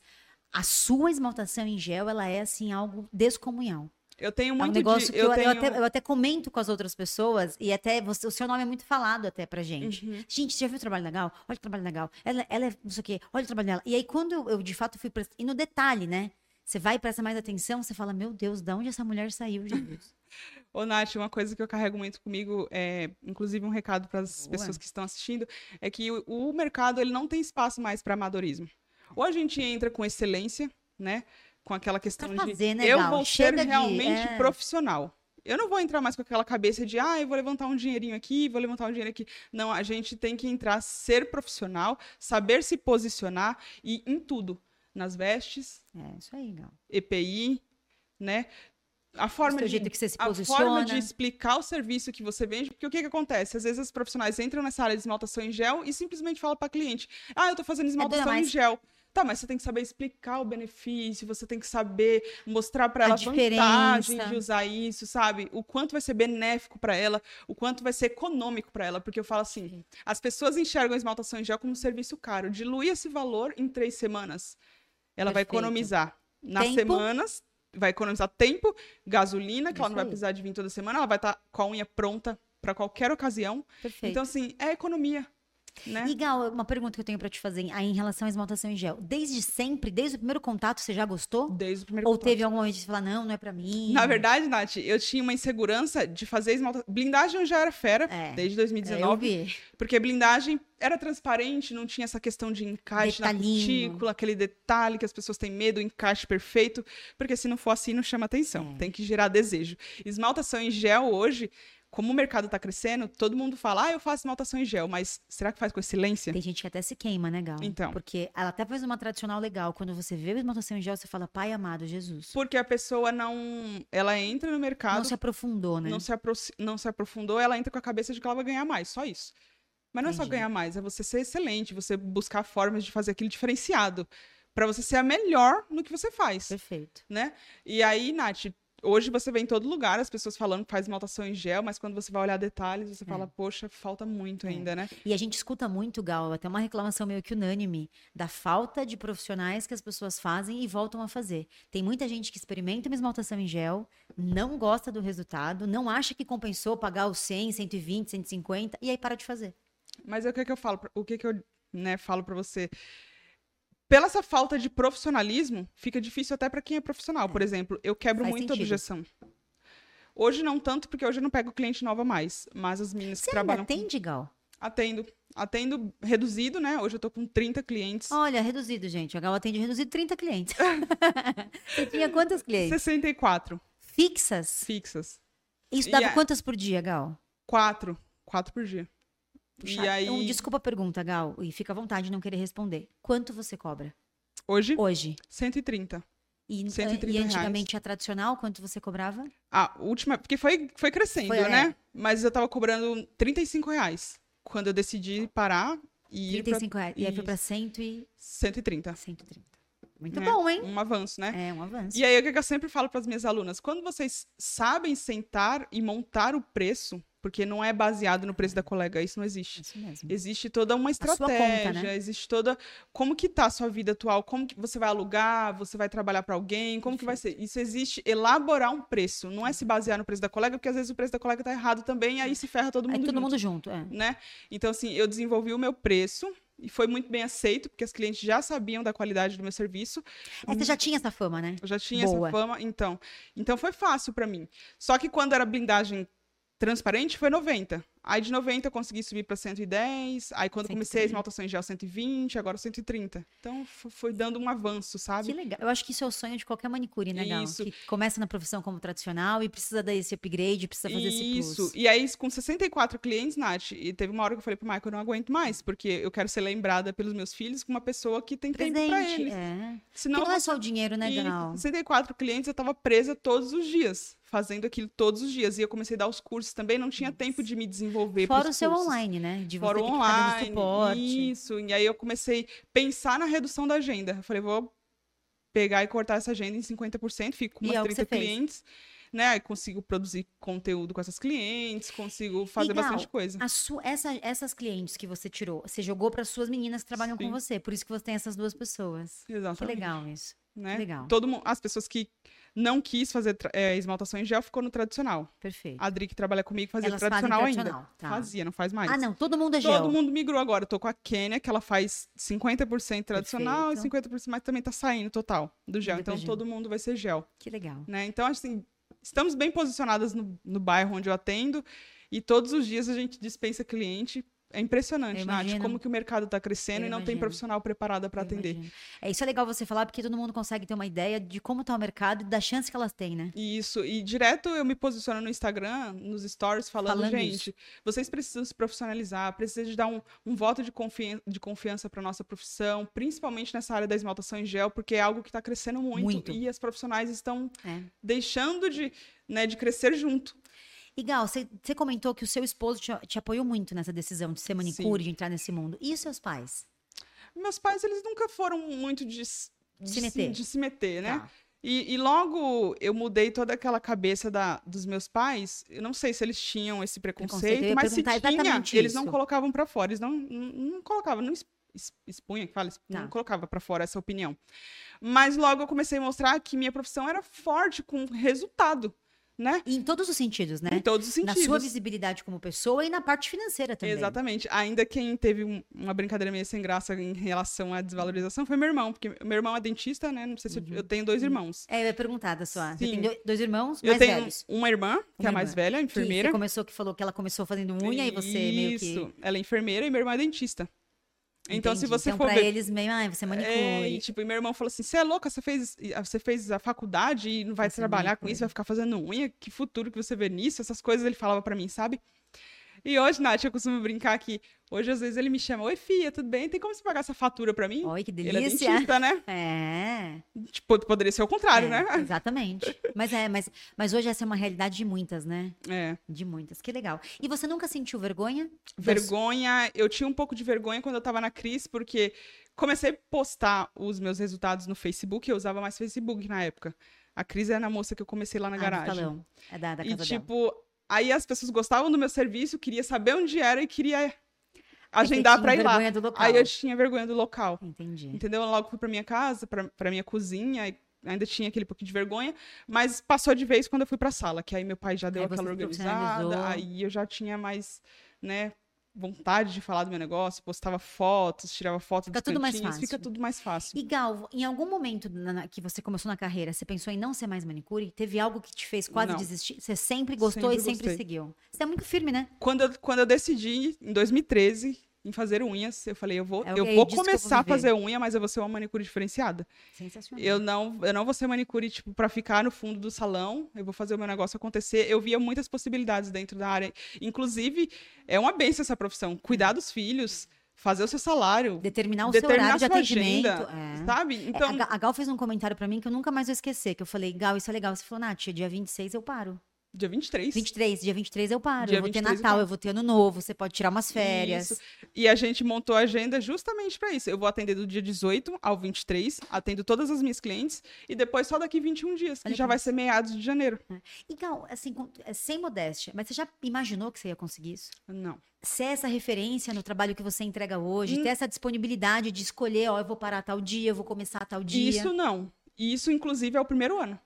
a sua esmaltação em gel, ela é assim algo descomunhal. Eu tenho muito é um de- negócio que eu, eu tenho... até, eu até comento com as outras pessoas e até você- o seu nome é muito falado até pra gente. Uhum. Gente, você já viu o trabalho da Gal? Olha o trabalho da Gal. Ela, ela é não sei o quê. Olha o trabalho dela. E aí, quando eu, eu, de fato fui. prest- E no detalhe, né? Você vai e presta mais atenção, você fala: Meu Deus, de onde essa mulher saiu, Jesus? Ô, Nath, uma coisa que eu carrego muito comigo, é, inclusive um recado para as Boa. pessoas que estão assistindo, é que o, o mercado ele não tem espaço mais para amadorismo. Ou a gente entra com excelência, né? Com aquela questão de fazer, né, Então, eu Gal? vou Chega ser de- realmente é. profissional. Eu não vou entrar mais com aquela cabeça de, ah, eu vou levantar um dinheirinho aqui, vou levantar um dinheiro aqui. Não, a gente tem que entrar, ser profissional, saber se posicionar e em tudo. Nas vestes, É isso aí, Gal. EPI, né? A Forma forma de jeito que você se a forma posiciona. de explicar o serviço que você vende, porque o que, que acontece? Às vezes os profissionais entram nessa área de esmaltação em gel e simplesmente falam para cliente: Ah, eu tô É fazendo esmaltação em mais." gel. Tá, mas você tem que saber explicar o benefício, você tem que saber mostrar para A ela a vantagem diferença. de usar isso, sabe? O quanto vai ser benéfico para ela, o quanto vai ser econômico para ela, porque eu falo assim: as pessoas enxergam a esmaltação em gel como um serviço caro. Dilui esse valor em três semanas. Ela vai Perfeito. economizar nas Tempo. semanas, vai economizar tempo, gasolina, que ela Isso não vai aí. precisar de vir toda semana, ela vai estar com a unha pronta para qualquer ocasião. Perfeito. Então, assim, é economia, né? E Gal, uma pergunta que eu tenho pra te fazer aí em relação à esmaltação em gel. Desde sempre, desde o primeiro contato, você já gostou? Desde o primeiro Ou contato. teve algum momento de você falar, não, não é pra mim? Na verdade, Nath, eu tinha uma insegurança de fazer esmalta... Blindagem eu já era fera, É. É, desde eu 2019. vi. Porque blindagem era transparente, não tinha essa questão de encaixe Detalhinho. na cutícula, aquele detalhe que as pessoas têm medo, o encaixe É. perfeito, porque se não for assim, não chama atenção. Tem que gerar desejo. Esmaltação em gel hoje, como o mercado está crescendo, todo mundo fala, ah, eu faço maltação em gel, mas será que faz com excelência? Tem gente que até se queima, né, Gal? Então. Porque ela até faz uma tradicional legal. Quando você vê o esmaltação em gel, você fala, pai amado, Jesus. Porque a pessoa não. Ela entra no mercado, Não se aprofundou, né? não se, aproxi- não se aprofundou, ela entra com a cabeça de que ela vai ganhar mais, só isso. Mas não é só Entendi. ganhar mais, é você ser excelente, você buscar formas de fazer aquilo diferenciado, para você ser a melhor no que você faz, Perfeito. né? E aí, Nath, hoje você vê em todo lugar as pessoas falando que faz maltação em gel, mas quando você vai olhar detalhes, você fala, poxa, falta muito É. ainda, né? E a gente escuta muito, Gal, até uma reclamação meio que unânime da falta de profissionais que as pessoas fazem e voltam a fazer. Tem muita gente que experimenta uma esmaltação em gel, não gosta do resultado, não acha que compensou pagar os 100, 120, 150 e aí para de fazer. Mas é o que, que eu falo, pra- o que, que eu né, falo para você? Pela essa falta de profissionalismo, fica difícil até para quem é profissional. Por exemplo, eu quebro Faz muito sentido. a objeção. Hoje não tanto, porque hoje eu não pego cliente nova mais. Mas as meninas Você que trabalham. ainda atende, Gal? Atendo. Atendo reduzido, né? Hoje eu tô com 30 clientes. Olha, reduzido, gente. A Gal atende reduzido 30 clientes. Você tinha quantas clientes? 64 Fixas? fixas. Isso E dava a- quantas por dia, Gal? Quatro. Quatro por dia. E Puxa, aí, então, desculpa a pergunta, Gal, e fica à vontade de não querer responder. Quanto você cobra hoje, hoje? 130. E, an- 130 e reais. antigamente a tradicional, quanto você cobrava? A última, porque foi, foi crescendo, Foi, é. né? Mas eu tava cobrando 35 reais quando eu decidi parar e ir pra 35 reais. E aí foi isso. pra 100 e 130. 130. Muito É, bom, hein? Um avanço, né? É um avanço. E aí, o que que eu sempre falo para as minhas alunas? Quando vocês sabem sentar e montar o preço, porque não é baseado no preço da colega, isso não existe. É Isso mesmo. Existe toda uma sua conta, né? estratégia, existe toda como que tá a sua vida atual, como que você vai alugar, você vai trabalhar para alguém, como que vai ser? Isso existe elaborar um preço, não é se basear no preço da colega, porque às vezes o preço da colega tá errado também, aí se ferra todo Aí mundo. todo junto, mundo junto. É. né? Então assim, eu desenvolvi o meu preço e foi muito bem aceito, porque as clientes já sabiam da qualidade do meu serviço. É, Uhum. Você já tinha essa fama, né? Eu já tinha Boa. essa fama, então. Então foi fácil pra mim. Só que quando era blindagem transparente, foi 90. Aí de 90 eu consegui subir pra 110. Aí quando comecei a 130. esmaltação em gel, 120. Agora 130. Então f- foi dando um avanço, Que sabe? legal. Eu acho que isso é o sonho de qualquer manicure, né, Gal? Isso. Que começa na profissão como tradicional e precisa dar esse upgrade, precisa fazer esse Isso. plus. E aí, com 64 clientes, Nath, e teve uma hora que eu falei pro Michael, eu não aguento mais, porque eu quero ser lembrada pelos meus filhos como uma pessoa que tem tempo pra Presente. eles. É. Porque Senão, não é só o dinheiro, né, E Gal? 64 clientes, eu tava presa todos os dias, fazendo aquilo todos os dias. E eu comecei a dar os cursos também, não tinha tempo de me desenvolver. Fora o pros seu cursos. online, né? De você Fora o ter que ficar dando online. suporte. Isso. E aí eu comecei a pensar na redução da agenda. Eu falei, vou pegar e cortar essa agenda em 50%, fico com E umas é o que 30 você fez. clientes. Né? Aí consigo produzir conteúdo com essas clientes, consigo fazer Gal, bastante coisa. A su- essa- essas clientes que você tirou, você jogou para suas meninas que trabalham com Sim. você. Por isso que você tem essas duas pessoas. Que Exatamente. legal isso. Né? legal. Todo mundo, as pessoas que não quis fazer tra- eh, esmaltação em gel ficou no tradicional. Perfeito. A Dri que trabalha comigo fazia Elas fazem tradicional ainda. tradicional. tá. Fazia, não faz mais. Ah, não. Todo mundo é gel. Todo mundo migrou agora. Eu tô com a Kênia, que ela faz 50% tradicional Perfeito. e 50%, mas também tá saindo total do gel. Indo pra Então gel. todo mundo vai ser gel, Que legal. né? Então, assim, estamos bem posicionadas no, no bairro onde eu atendo e todos os dias a gente dispensa cliente. É impressionante, Eu Nath, imagino. como que o mercado tá crescendo Eu e não tem imagino. profissional preparada para eu atender. imagino. É, isso é legal você falar, porque todo mundo consegue ter uma ideia de como tá o mercado e da chance que elas têm, né? E Isso, e direto eu me posiciono no Instagram, nos stories, falando, Falando gente, vocês precisam se profissionalizar, precisa de dar um, um voto de, confien- de confiança para nossa profissão, principalmente nessa área da esmaltação em gel, porque é algo que está crescendo muito, Muito. e as profissionais estão É. deixando de, né, de crescer junto. E Gal, você você comentou que o seu esposo te, te apoiou muito nessa decisão de ser manicure, de entrar nesse mundo. E os seus pais? Meus pais, eles nunca foram muito de, s- de Se meter. de se meter, né? Tá. E, e logo eu mudei toda aquela cabeça da- dos meus pais. Eu não sei se eles tinham esse Preconceito, preconceito, eu ia mas se perguntar tinha, exatamente eles isso. não colocavam pra fora. Eles não, não, não colocavam, não es- es- expunha, que fala, Tá. não colocava pra fora essa opinião. Mas logo eu comecei a mostrar que minha profissão era forte com resultado, né? E em todos os sentidos, né? Em todos os Na sentidos. sua visibilidade como pessoa e na parte financeira também. Exatamente. Ainda quem teve um- uma brincadeira meio sem graça em relação à desvalorização foi meu irmão, porque meu irmão é dentista, né? Não sei Uhum. se eu, eu tenho dois irmãos. É, eu ia perguntar da sua. Você tem Sim. doi- dois irmãos Eu mais tenho velhos. uma irmã, que Uma é a mais irmã. velha, Que enfermeira. Você começou que falou que ela começou fazendo unha e você meio que. Isso. Ela é enfermeira e meu irmão é dentista. Então, se Entendi. você então, for pra ver- eles, meio, ah, você manicure. É, e, tipo, e meu irmão falou assim: você é louca, você fez, você fez a faculdade e não vai Vai ser trabalhar com manicure." isso, vai ficar fazendo unha, que futuro que você vê nisso? Essas coisas ele falava pra mim, sabe? E hoje, Nath, eu costumo brincar que hoje às vezes ele me chama: Oi, filha, tudo bem? Tem como você pagar essa fatura pra mim? Olha que ele é delícia. dentista, né? É, Tipo, poderia ser o contrário, é, né? exatamente. Mas é, mas, mas hoje essa é uma realidade de muitas, né? É. De muitas. Que legal. E você nunca sentiu vergonha? Vergonha, eu tinha um pouco de vergonha quando eu tava na Cris, porque comecei a postar os meus resultados no Facebook, eu usava mais Facebook na época. A Cris era a moça que eu comecei lá na Ah, do garagem. salão. É da, da E casa dela. tipo, aí as pessoas gostavam do meu serviço, queria saber onde era e queria Aí você agendar É tinha pra ir lá. vergonha do local. É. Aí eu tinha vergonha do local. Entendi. Entendeu? Eu Logo fui pra minha casa, pra, pra minha cozinha, e ainda tinha aquele pouquinho de vergonha, mas passou de vez quando eu fui pra sala, que aí meu pai já deu Aí você aquela se organizada, profissionalizou. aí eu já tinha mais, né, vontade de falar do meu negócio, postava fotos, tirava foto Fica dos tudo mais cantinhos, fica fácil. tudo mais fácil. E Galvo, em algum momento na- na- que você começou na carreira, você pensou em não ser mais manicure? Teve algo que te fez quase Não. desistir? Você sempre gostou Sempre e sempre gostei. seguiu. Você é muito firme, né? Quando eu, quando eu decidi, em 2013, em fazer unhas, eu falei, eu vou, É, eu ok, disso vou que eu vou começar a viver. fazer unha, mas eu vou ser uma manicure diferenciada. Sensacional. Eu não, eu não vou ser manicure, tipo, pra ficar no fundo do salão. Eu vou fazer o meu negócio acontecer. Eu via muitas possibilidades dentro da área. Inclusive, é uma benção essa profissão. Cuidar dos filhos, fazer o seu salário, Determinar o determinar seu horário de sua agenda, atendimento. é. sabe? É, Então, a Ga- a Gal fez um comentário pra mim que eu nunca mais vou esquecer, que eu falei, Gal, isso é legal. Você falou, Nath, dia 26 eu paro. dia 23. 23, dia 23 eu paro. Dia eu vou ter 23 eu Natal, paro. eu vou ter Ano Novo, você pode tirar umas férias. Isso. E a gente montou a agenda justamente pra isso. Eu vou atender do dia 18 ao 23, atendo todas as minhas clientes e depois só daqui 21 dias, que Olha já que vai ser meados de janeiro. E Gal, assim, com- é, sem modéstia, mas você já imaginou que você ia conseguir isso? Não. Ser é essa referência no trabalho que você entrega hoje, Hum. ter essa disponibilidade de escolher, ó, eu vou parar tal dia, eu vou começar tal dia. Isso não. E isso inclusive é o primeiro ano.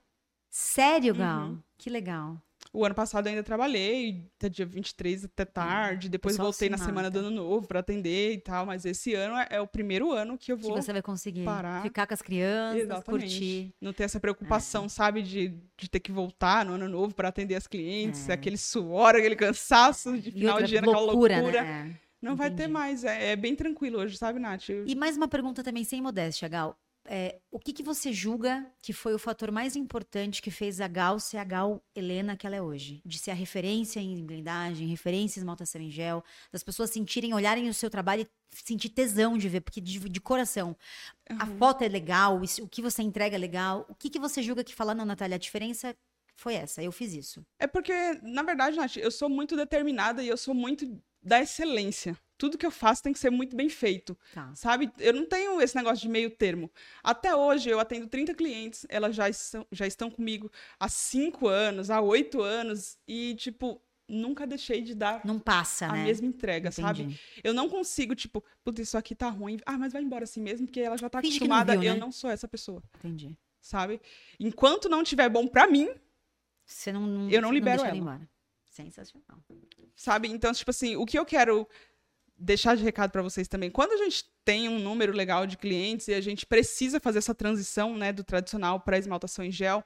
Sério, Gal? Uhum. Que legal. O ano passado eu ainda trabalhei, até dia 23 até tarde, depois Hum. pessoal voltei se na semana do mata. ano novo pra atender e tal, mas esse ano é, é o primeiro ano que eu Que vou você vai conseguir parar. ficar com as crianças, curtir. É. não ter essa preocupação, sabe, de, de ter que voltar no ano novo pra atender as clientes, aquele suor, aquele cansaço de É. E final outra de ano, aquela loucura, loucura. né? É. Não vai ter Entendi. mais, é, é bem tranquilo hoje, sabe, Nath? Eu- E mais uma pergunta também, sem modéstia, Gal. É, o que, que você julga que foi o fator mais importante que fez a Gal ser a Gal Helena que ela é hoje? De ser a referência em blindagem, referência em esmaltação em gel, das pessoas sentirem, olharem o seu trabalho e sentir tesão de ver, porque de, de coração. A foto é legal, isso- o que você entrega é legal. O que, que você julga que fala, não, Natália, a diferença foi essa, eu fiz isso. É porque, na verdade, Nath, eu sou muito determinada e eu sou muito da excelência. Tudo que eu faço tem que ser muito bem feito. Tá. Sabe? Eu não tenho esse negócio de meio termo. Até hoje eu atendo 30 clientes, elas já estão, já estão comigo há 5 anos, há 8 anos, e, tipo, nunca deixei de dar Não passa, a né? mesma entrega, sabe? Entendi. Eu não consigo, tipo, putz, isso aqui tá ruim. Ah, mas vai embora assim mesmo, porque ela já tá Finge que não acostumada. viu, Eu né? não sou essa pessoa, Entendi. sabe? Enquanto não tiver bom pra mim, Você não, não Eu não libero deixa ela. embora. Sensacional. sabe? Então, tipo assim, o que eu quero deixar de recado para vocês também, quando a gente tem um número legal de clientes e a gente precisa fazer essa transição, né, do tradicional para esmaltação em gel,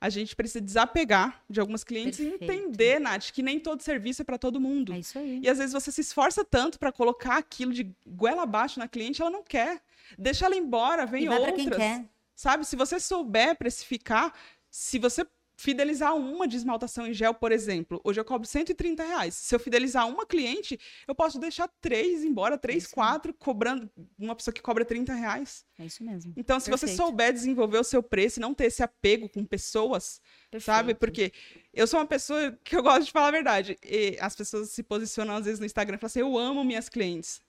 a gente precisa desapegar de algumas clientes Perfeito. e entender, Nath, que nem todo serviço é para todo mundo. É isso aí. E às vezes você se esforça tanto para colocar aquilo de goela abaixo na cliente, ela não quer. Deixa ela embora, vem E vai pra outras. quem quer. Sabe? Se você souber precificar, se você fidelizar uma de esmaltação em gel, por exemplo, hoje eu cobro 130 reais. Se eu fidelizar uma cliente, eu posso deixar três embora, três, Isso. quatro, cobrando uma pessoa que cobra 30 reais. É isso mesmo. Então, se você Perfeito. souber desenvolver o seu preço e não ter esse apego com pessoas, sabe? Perfeito. Porque eu sou uma pessoa que eu gosto de falar a verdade. E as pessoas se posicionam às vezes no Instagram e falam assim: eu amo minhas clientes.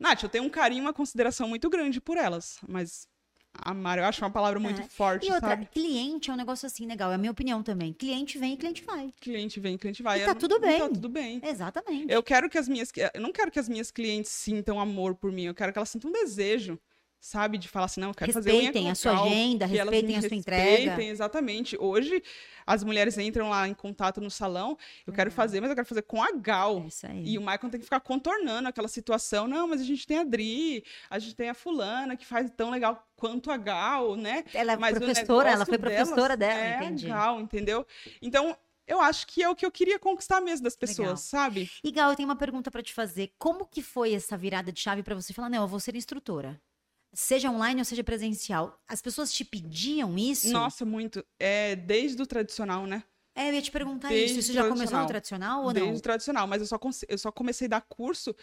Nath, eu tenho um carinho e uma consideração muito grande por elas, mas amar eu acho uma palavra muito É. forte, E outra, sabe? cliente é um negócio assim legal, é a minha opinião também. Cliente vem e cliente vai. Cliente vem, cliente vai. E eu tá não- tudo não Tá bem. tudo bem. Exatamente. Eu quero que as minhas. Eu não quero que as minhas clientes sintam amor por mim, eu quero que elas sintam um desejo, sabe? De falar assim, não, eu quero fazer unha com respeitem a sua tal, agenda, que elas me respeitem a sua respeitem, entrega. Exatamente. Hoje as mulheres entram lá em contato no salão. Eu quero fazer, mas eu quero fazer com a Gal. É isso aí. E o Michael tem que ficar contornando aquela situação. Não, mas a gente tem a Dri, a gente tem a fulana que faz tão legal quanto a Gal, né? Ela é Mas o professora, ela negócio foi professora delas dela, é a entendi. Gal, entendeu? Então, eu acho que é o que eu queria conquistar mesmo das pessoas, Legal. sabe? E Gal, eu tenho uma pergunta pra te fazer. Como que foi essa virada de chave pra você falar, não, eu vou ser instrutora? Seja online ou seja presencial. As pessoas te pediam isso? Nossa, muito. É desde o tradicional, né? É, eu ia te perguntar isso. Desde Isso já começou no tradicional. tradicional Ah, ou desde não? o tradicional, mas eu só, conse- eu só comecei a dar curso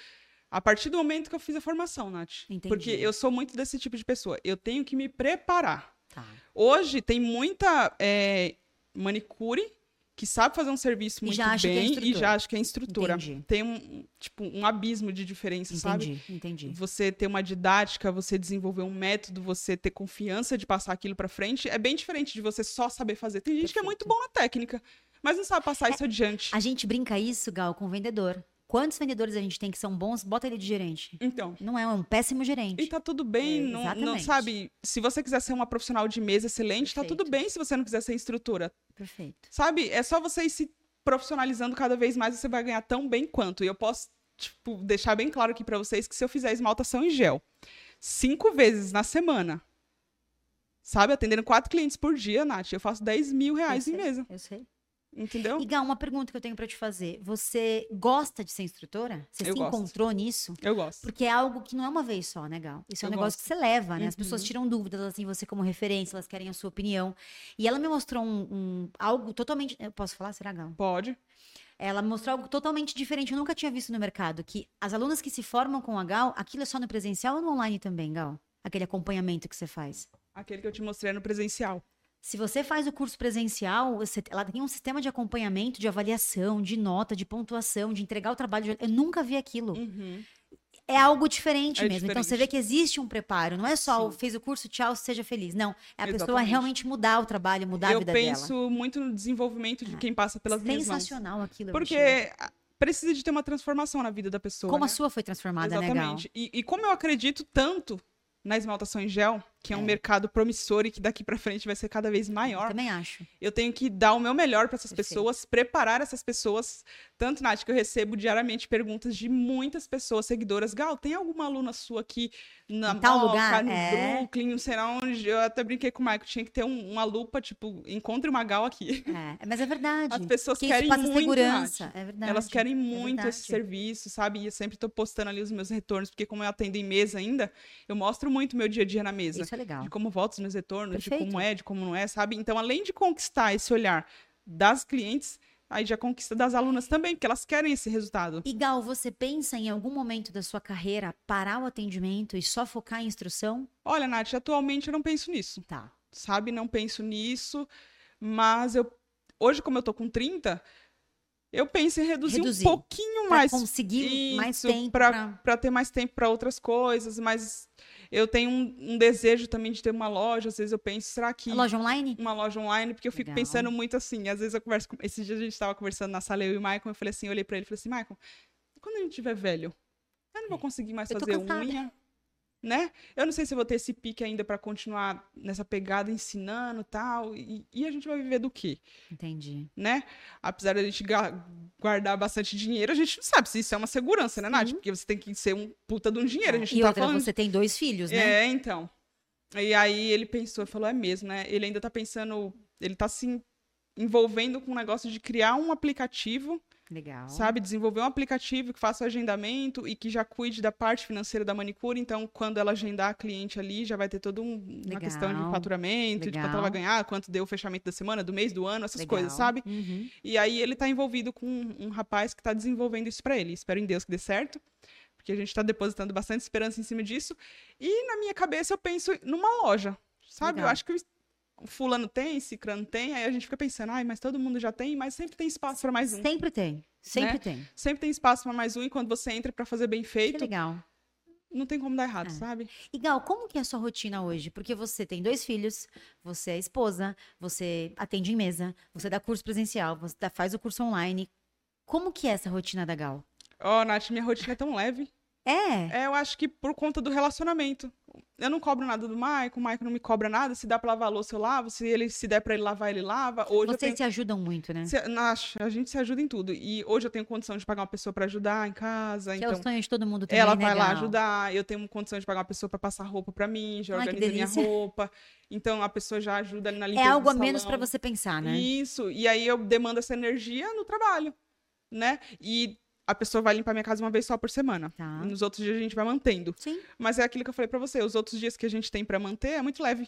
a partir do momento que eu fiz a formação, Nath. Entendi. Porque eu sou muito desse tipo de pessoa. Eu tenho que me preparar. Tá. Hoje tem muita é, manicure que sabe fazer um serviço E muito já acha que é bem e instrutora. já acha que é instrutora. Entendi. Tem um, tipo, um abismo de diferença, sabe? Entendi, entendi. Você ter uma didática, você desenvolver um método, você ter confiança de passar aquilo pra frente, é bem diferente de você só saber fazer. Tem gente que é muito Perfeito. É, bom na técnica, mas não sabe passar isso adiante. A gente brinca isso, Gal, com o vendedor. Quantos vendedores a gente tem que são bons? Bota ele de gerente. Então, Não é um péssimo gerente. e tá tudo É, bem, não, não exatamente. sabe? Se você quiser ser uma profissional de mesa excelente, tá tudo Perfeito. bem se você não quiser ser instrutora, Perfeito. sabe? É só você ir se profissionalizando cada vez mais, você vai ganhar tão bem quanto. E eu posso, tipo, deixar bem claro aqui pra vocês que se eu fizer esmaltação em gel cinco vezes na semana, sabe? Atendendo quatro clientes por dia, Nath, eu faço 10 mil reais Eu em sei, mesa, Eu sei. entendeu? é E Gal, uma pergunta que eu tenho pra te fazer. Você gosta de ser instrutora? Você Eu se gosto. encontrou nisso? Eu gosto. Porque é algo que não é uma vez só, né, Gal? Isso é um Eu negócio que você leva, né? As Uhum. pessoas tiram dúvidas, elas têm você como referência, elas querem a sua opinião. E ela me mostrou um, um- algo totalmente. Eu posso falar, será, Gal? Pode. Ela me mostrou algo totalmente diferente. Eu nunca tinha visto no mercado. Que as alunas que se formam com a Gal, aquilo é só no presencial ou no online também, Gal? Aquele acompanhamento que você faz. Aquele que eu te mostrei no presencial. Se você faz o curso presencial, você- ela tem um sistema de acompanhamento, de avaliação, de nota, de pontuação, de entregar o trabalho. de- Eu nunca vi aquilo. Uhum. É algo diferente É mesmo. Então você vê diferente. que existe um preparo. Não é só o Sim. fez o curso, tchau, seja feliz. Não. É a pessoa Exatamente. realmente mudar o trabalho, mudar a Eu vida penso dela. Ah. muito no desenvolvimento de quem passa pelas minhas mãos. Sensacional aquilo. eu achei. Porque a- precisa de ter uma transformação na vida da pessoa. Como né? a sua foi transformada, né, Gal? Exatamente. E, e como eu acredito tanto na esmaltação em gel, que é, um É. mercado promissor e que daqui pra frente vai ser cada vez maior, Também acho. eu tenho que dar o meu melhor pra essas Perfeito. pessoas, preparar essas pessoas. Tanto, Nath, que eu recebo diariamente perguntas de muitas pessoas, seguidoras. Gal, tem alguma aluna sua aqui na Em tal Moca, lugar? no É. Brooklyn, não sei lá onde? Eu até brinquei com o Michael, tinha que ter um- uma lupa, tipo, encontre uma Gal aqui. É, mas é verdade. As pessoas Porque querem isso passa muito, segurança. Nath. É verdade. Elas querem muito verdade. esse serviço, sabe? E eu sempre tô postando ali os meus retornos, porque como eu atendo em mesa ainda, eu mostro muito meu dia a dia na mesa. Isso é legal. De como volto os meus retornos, de Perfeito. como é, de como não é, sabe? Então, além de conquistar esse olhar das clientes, aí já conquista das alunas também, porque elas querem esse resultado. E Gal, você pensa em algum momento da sua carreira parar o atendimento e só focar em instrução? Olha, Nath, atualmente eu não penso nisso, Tá. sabe? Não penso nisso, mas eu hoje, como eu tô com 30, eu penso em reduzir, Reduzir. um pouquinho Pra mais conseguir mais isso, tempo pra- pra- para ter mais tempo para outras coisas, mas eu tenho um, um desejo também de ter uma loja. Às vezes eu penso, será que Loja online? uma loja online? Porque eu fico Legal. pensando muito assim. Às vezes eu converso com. Esses dias a gente estava conversando na sala, eu e o Maicon. Eu falei assim, eu olhei para ele e falei assim, Maicon, quando a gente tiver velho, eu não vou conseguir mais É, Eu tô fazer cansada." unha. Né? Eu não sei se eu vou ter esse pique ainda para continuar nessa pegada ensinando tal, e E a gente vai viver do quê? Entendi. né? Apesar da gente ga- guardar bastante dinheiro, a gente não sabe se isso é uma segurança, né, Nath? Sim. Porque você tem que ser um puta de um dinheiro, a gente e não tá outra, falando. você tem dois filhos, né? É, então. E aí ele pensou, falou, é mesmo, né? Ele ainda tá pensando, ele tá se envolvendo com o negócio de criar um aplicativo, Legal. sabe? Desenvolver um aplicativo que faça o agendamento e que já cuide da parte financeira da manicure. Então, quando ela agendar a cliente ali, já vai ter toda um- uma Legal. questão de faturamento, de quanto ela Legal. vai ganhar, quanto deu o fechamento da semana, do mês, do ano, essas Legal. coisas, sabe? Uhum. E aí ele tá envolvido com um um rapaz que tá desenvolvendo isso pra ele. Espero em Deus que dê certo, porque a gente tá depositando bastante esperança em cima disso. E na minha cabeça eu penso numa loja, sabe? Legal. Eu acho que o fulano tem, cicrano tem, aí a gente fica pensando, ai, mas todo mundo já tem, mas sempre tem espaço pra mais um. Sempre tem. Sempre Né? tem. Sempre tem espaço pra mais um e quando você entra pra fazer bem Que feito, legal. não tem como dar errado, É. sabe? E Gal, como que é a sua rotina hoje? Porque você tem dois filhos, você é esposa, você atende em mesa, você dá curso presencial, você dá- faz o curso online. Como que é essa rotina da Gal? Ó, Nath, minha rotina é tão leve. É. É, eu acho que por conta do relacionamento. Eu não cobro nada do Maicon, o Maicon não me cobra nada. Se dá pra lavar a louça, eu lavo. Se ele se der pra ele lavar, ele lava. Hoje eu Vocês tenho- se ajudam muito, né? Se- na- a gente se ajuda em tudo. E hoje eu tenho condição de pagar uma pessoa pra ajudar em casa. Que é então, o sonho de todo mundo também, ela né, vai lá Gal? ajudar. Eu tenho condição de pagar uma pessoa pra passar roupa pra mim, já Ai, que organiza minha delícia. roupa. Então, a pessoa já ajuda ali na É limpeza algo do a menos salão. pra você pensar, né? Isso, e aí eu demando essa energia no trabalho, né? E a pessoa vai limpar minha casa uma vez só por semana. Tá. Nos outros dias a gente vai mantendo. Sim. Mas é aquilo que eu falei pra você, os outros dias que a gente tem pra manter é muito leve.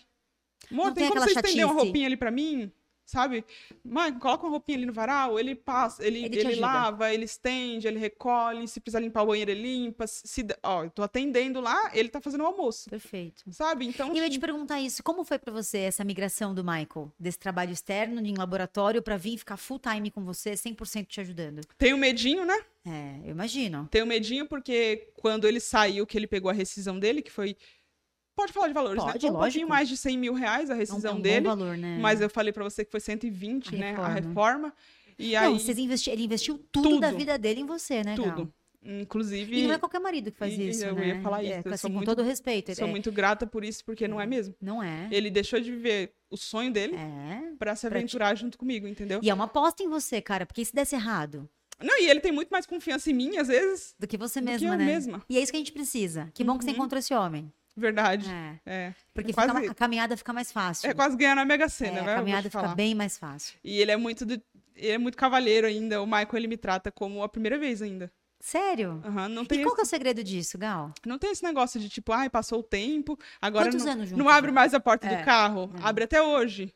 Amor, Não tem, tem como aquela você estender uma chatice. roupinha ali pra mim? Sabe? Mãe, coloca uma roupinha ali no varal, ele passa, ele, Ele te ele ajuda. lava, ele estende, ele recolhe, se precisar limpar o banheiro, ele limpa. Se, ó, eu tô atendendo lá, ele tá fazendo o almoço. Perfeito. Sabe? Então, E eu tipo, ia te perguntar isso, como foi pra você essa migração do Michael, desse trabalho externo, de em laboratório, pra vir ficar full time com você, 100% te ajudando? tem o medinho, né? É, eu imagino. Tenho medinho porque quando ele saiu, que ele pegou a rescisão dele, que foi. Pode falar de valores, Pode, né? Um pouquinho lógico. mais de 100 mil reais É a um, é rescisão um dele. bom valor, né? Mas eu falei pra você que foi 120, A né? A reforma. reforma. E Não, aí, vocês investi... ele investiu tudo, da Tudo. vida dele em você, né, Gal? tudo. Inclusive, E não é qualquer marido que faz e- isso, eu né? ia falar É, isso, eu assim, sou com muito- todo respeito. sou é- muito grata por isso, porque não é mesmo. Não é. Ele deixou de viver o sonho dele É. pra se Pra te- aventurar junto comigo, entendeu? E é uma aposta em você, cara, porque se desse errado, Não, e ele tem muito mais confiança em mim, às vezes, do que você do que mesma, eu né? mesma. E é isso que a gente precisa. Que bom que você Uhum. encontrou esse homem. Verdade. É. É. Porque É fica quase- ma- a caminhada fica mais fácil. É quase ganhar na Mega Sena, É, né? Eu a vou te caminhada fica falar. bem mais fácil. E ele é muito do- ele é muito cavalheiro ainda. O Michael ele me trata como a primeira vez ainda. Sério? Aham, não tem E qual que é o segredo disso, Gal? não tem esse negócio de tipo, ai, passou o tempo, agora Quantos não, anos juntos? não abre mais a porta É, do carro. é. Abre até hoje.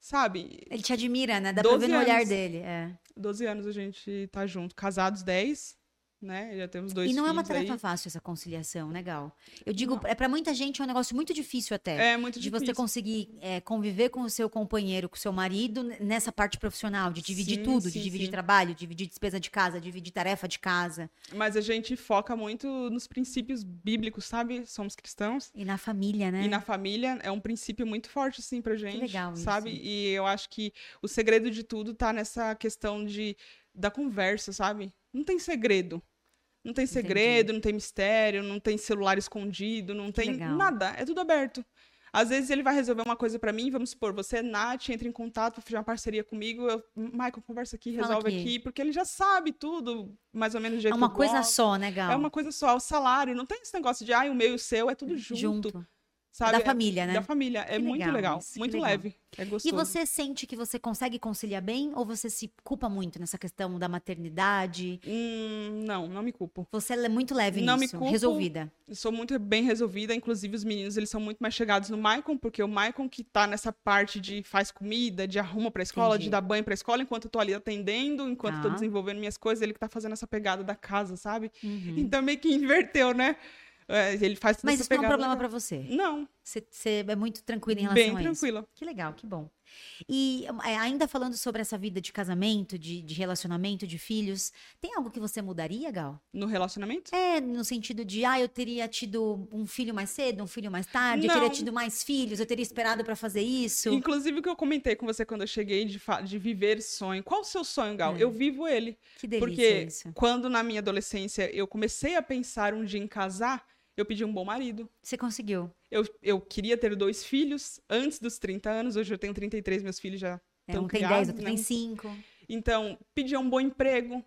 Sabe? Ele te admira, né? Dá pra ver 12 no olhar anos. dele. é. 12 anos a gente tá junto, casados 10, né? Já temos dois E não é uma filhos aí. tarefa fácil essa conciliação, né, Gal? Eu digo, é pra muita gente é um negócio muito difícil até. É de muito difícil. você conseguir é, conviver com o seu companheiro, com o seu marido, n- nessa parte profissional, de dividir Sim, tudo, de sim, dividir sim. trabalho, dividir despesa de casa, dividir tarefa de casa. Mas a gente foca muito nos princípios bíblicos, sabe? Somos cristãos. E na família, né? E na família é um princípio muito forte, assim, pra gente. legal isso. Sabe? E eu acho que o segredo de tudo tá nessa questão de, da conversa, sabe? Não tem segredo. Não tem segredo, não tem mistério, não tem celular escondido, não tem legal. nada. É tudo aberto. Às vezes ele vai resolver uma coisa pra mim, vamos supor, você, Nath, entra em contato, fazer uma parceria comigo, eu, Michael, conversa aqui, Fala resolve aqui. aqui. porque ele já sabe tudo, mais ou menos do jeito é uma que eu coisa gosto. só, né, Gal? É uma coisa só, o salário, não tem esse negócio de, ai, o meu e o seu, é tudo junto, É sabe? Da É- família, né? da família. É Que muito legal legal, isso, que muito legal. leve. É E gostoso. você sente que você consegue conciliar bem ou você se culpa muito nessa questão da maternidade? Hum, não, não me culpo. Você é muito leve Não me nisso, culpo. resolvida. Eu sou muito bem resolvida, inclusive os meninos, eles são muito mais chegados no Maicon, porque o Maicon que tá nessa parte de faz comida, de arruma pra escola, Entendi. de dar banho pra escola, enquanto eu tô ali atendendo, enquanto eu tô Tá. desenvolvendo minhas coisas, ele que tá fazendo essa pegada da casa, sabe? Uhum. Então meio que inverteu, né? É, ele faz toda Mas essa isso não é um pegada problema da- pra você. Não, Você você é muito tranquila em relação bem a isso. tranquila. Que legal, que bom. E um, é, ainda falando sobre essa vida de casamento, de, de relacionamento, de filhos, tem algo que você mudaria, Gal? No relacionamento? É, no sentido de, ah, eu teria tido um filho mais cedo, um filho mais tarde, eu Não. teria tido mais filhos, eu teria esperado pra fazer isso. Inclusive o que eu comentei com você quando eu cheguei de, fa- de viver sonho. Qual o seu sonho, Gal? É. Eu vivo ele. Que delícia Porque isso. quando na minha adolescência eu comecei a pensar um dia em casar, eu pedi um bom marido. Você conseguiu. Eu, eu queria ter dois filhos antes dos 30 anos, hoje eu tenho 33, meus filhos já. É, Tão um tem 10, criados, outro né? tem 5. Então, pedi um bom emprego,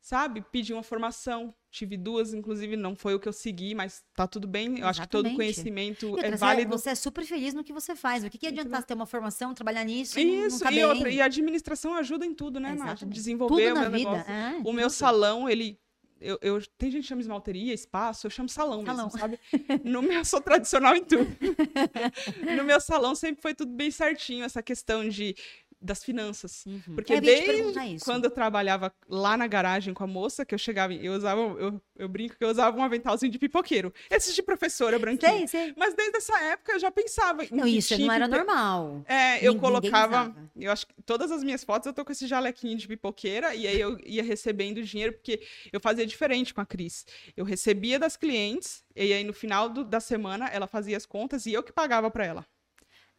sabe? Pedi uma formação. Tive duas, inclusive, não foi o que eu segui, mas tá tudo bem. Eu acho que todo Exatamente. conhecimento é outras, é, válido. Uhum. você é super feliz no que você faz. O que, que adianta você ter uma formação, trabalhar nisso? e não- não Isso, caber e outra, em- e a administração ajuda em tudo, né, Nath? Exatamente. Desenvolver Tudo o na meu vida. negócio. é. O meu salão, ele. Eu, eu- tem gente que chama esmalteria, espaço, eu chamo salão, Salão. mesmo, sabe? No meu, eu sou tradicional em tudo. no meu salão sempre foi tudo bem certinho, essa questão de, das finanças. Uhum. Porque eu ia te desde perguntar isso. Quando eu trabalhava lá na garagem com a moça, que eu chegava, e eu usava, eu, eu brinco que eu usava um aventalzinho de pipoqueiro. Esses de professora branquinha. Sei, sei. Mas desde essa época eu já pensava. em Não, que isso não tinha era que ter- normal. é, eu Ninguém colocava. usava. Eu acho que todas as minhas fotos eu tô com esse jalequinho de pipoqueira e aí eu ia recebendo dinheiro, porque eu fazia diferente com a Cris. Eu recebia das clientes e aí no final do- da semana ela fazia as contas e eu que pagava pra ela.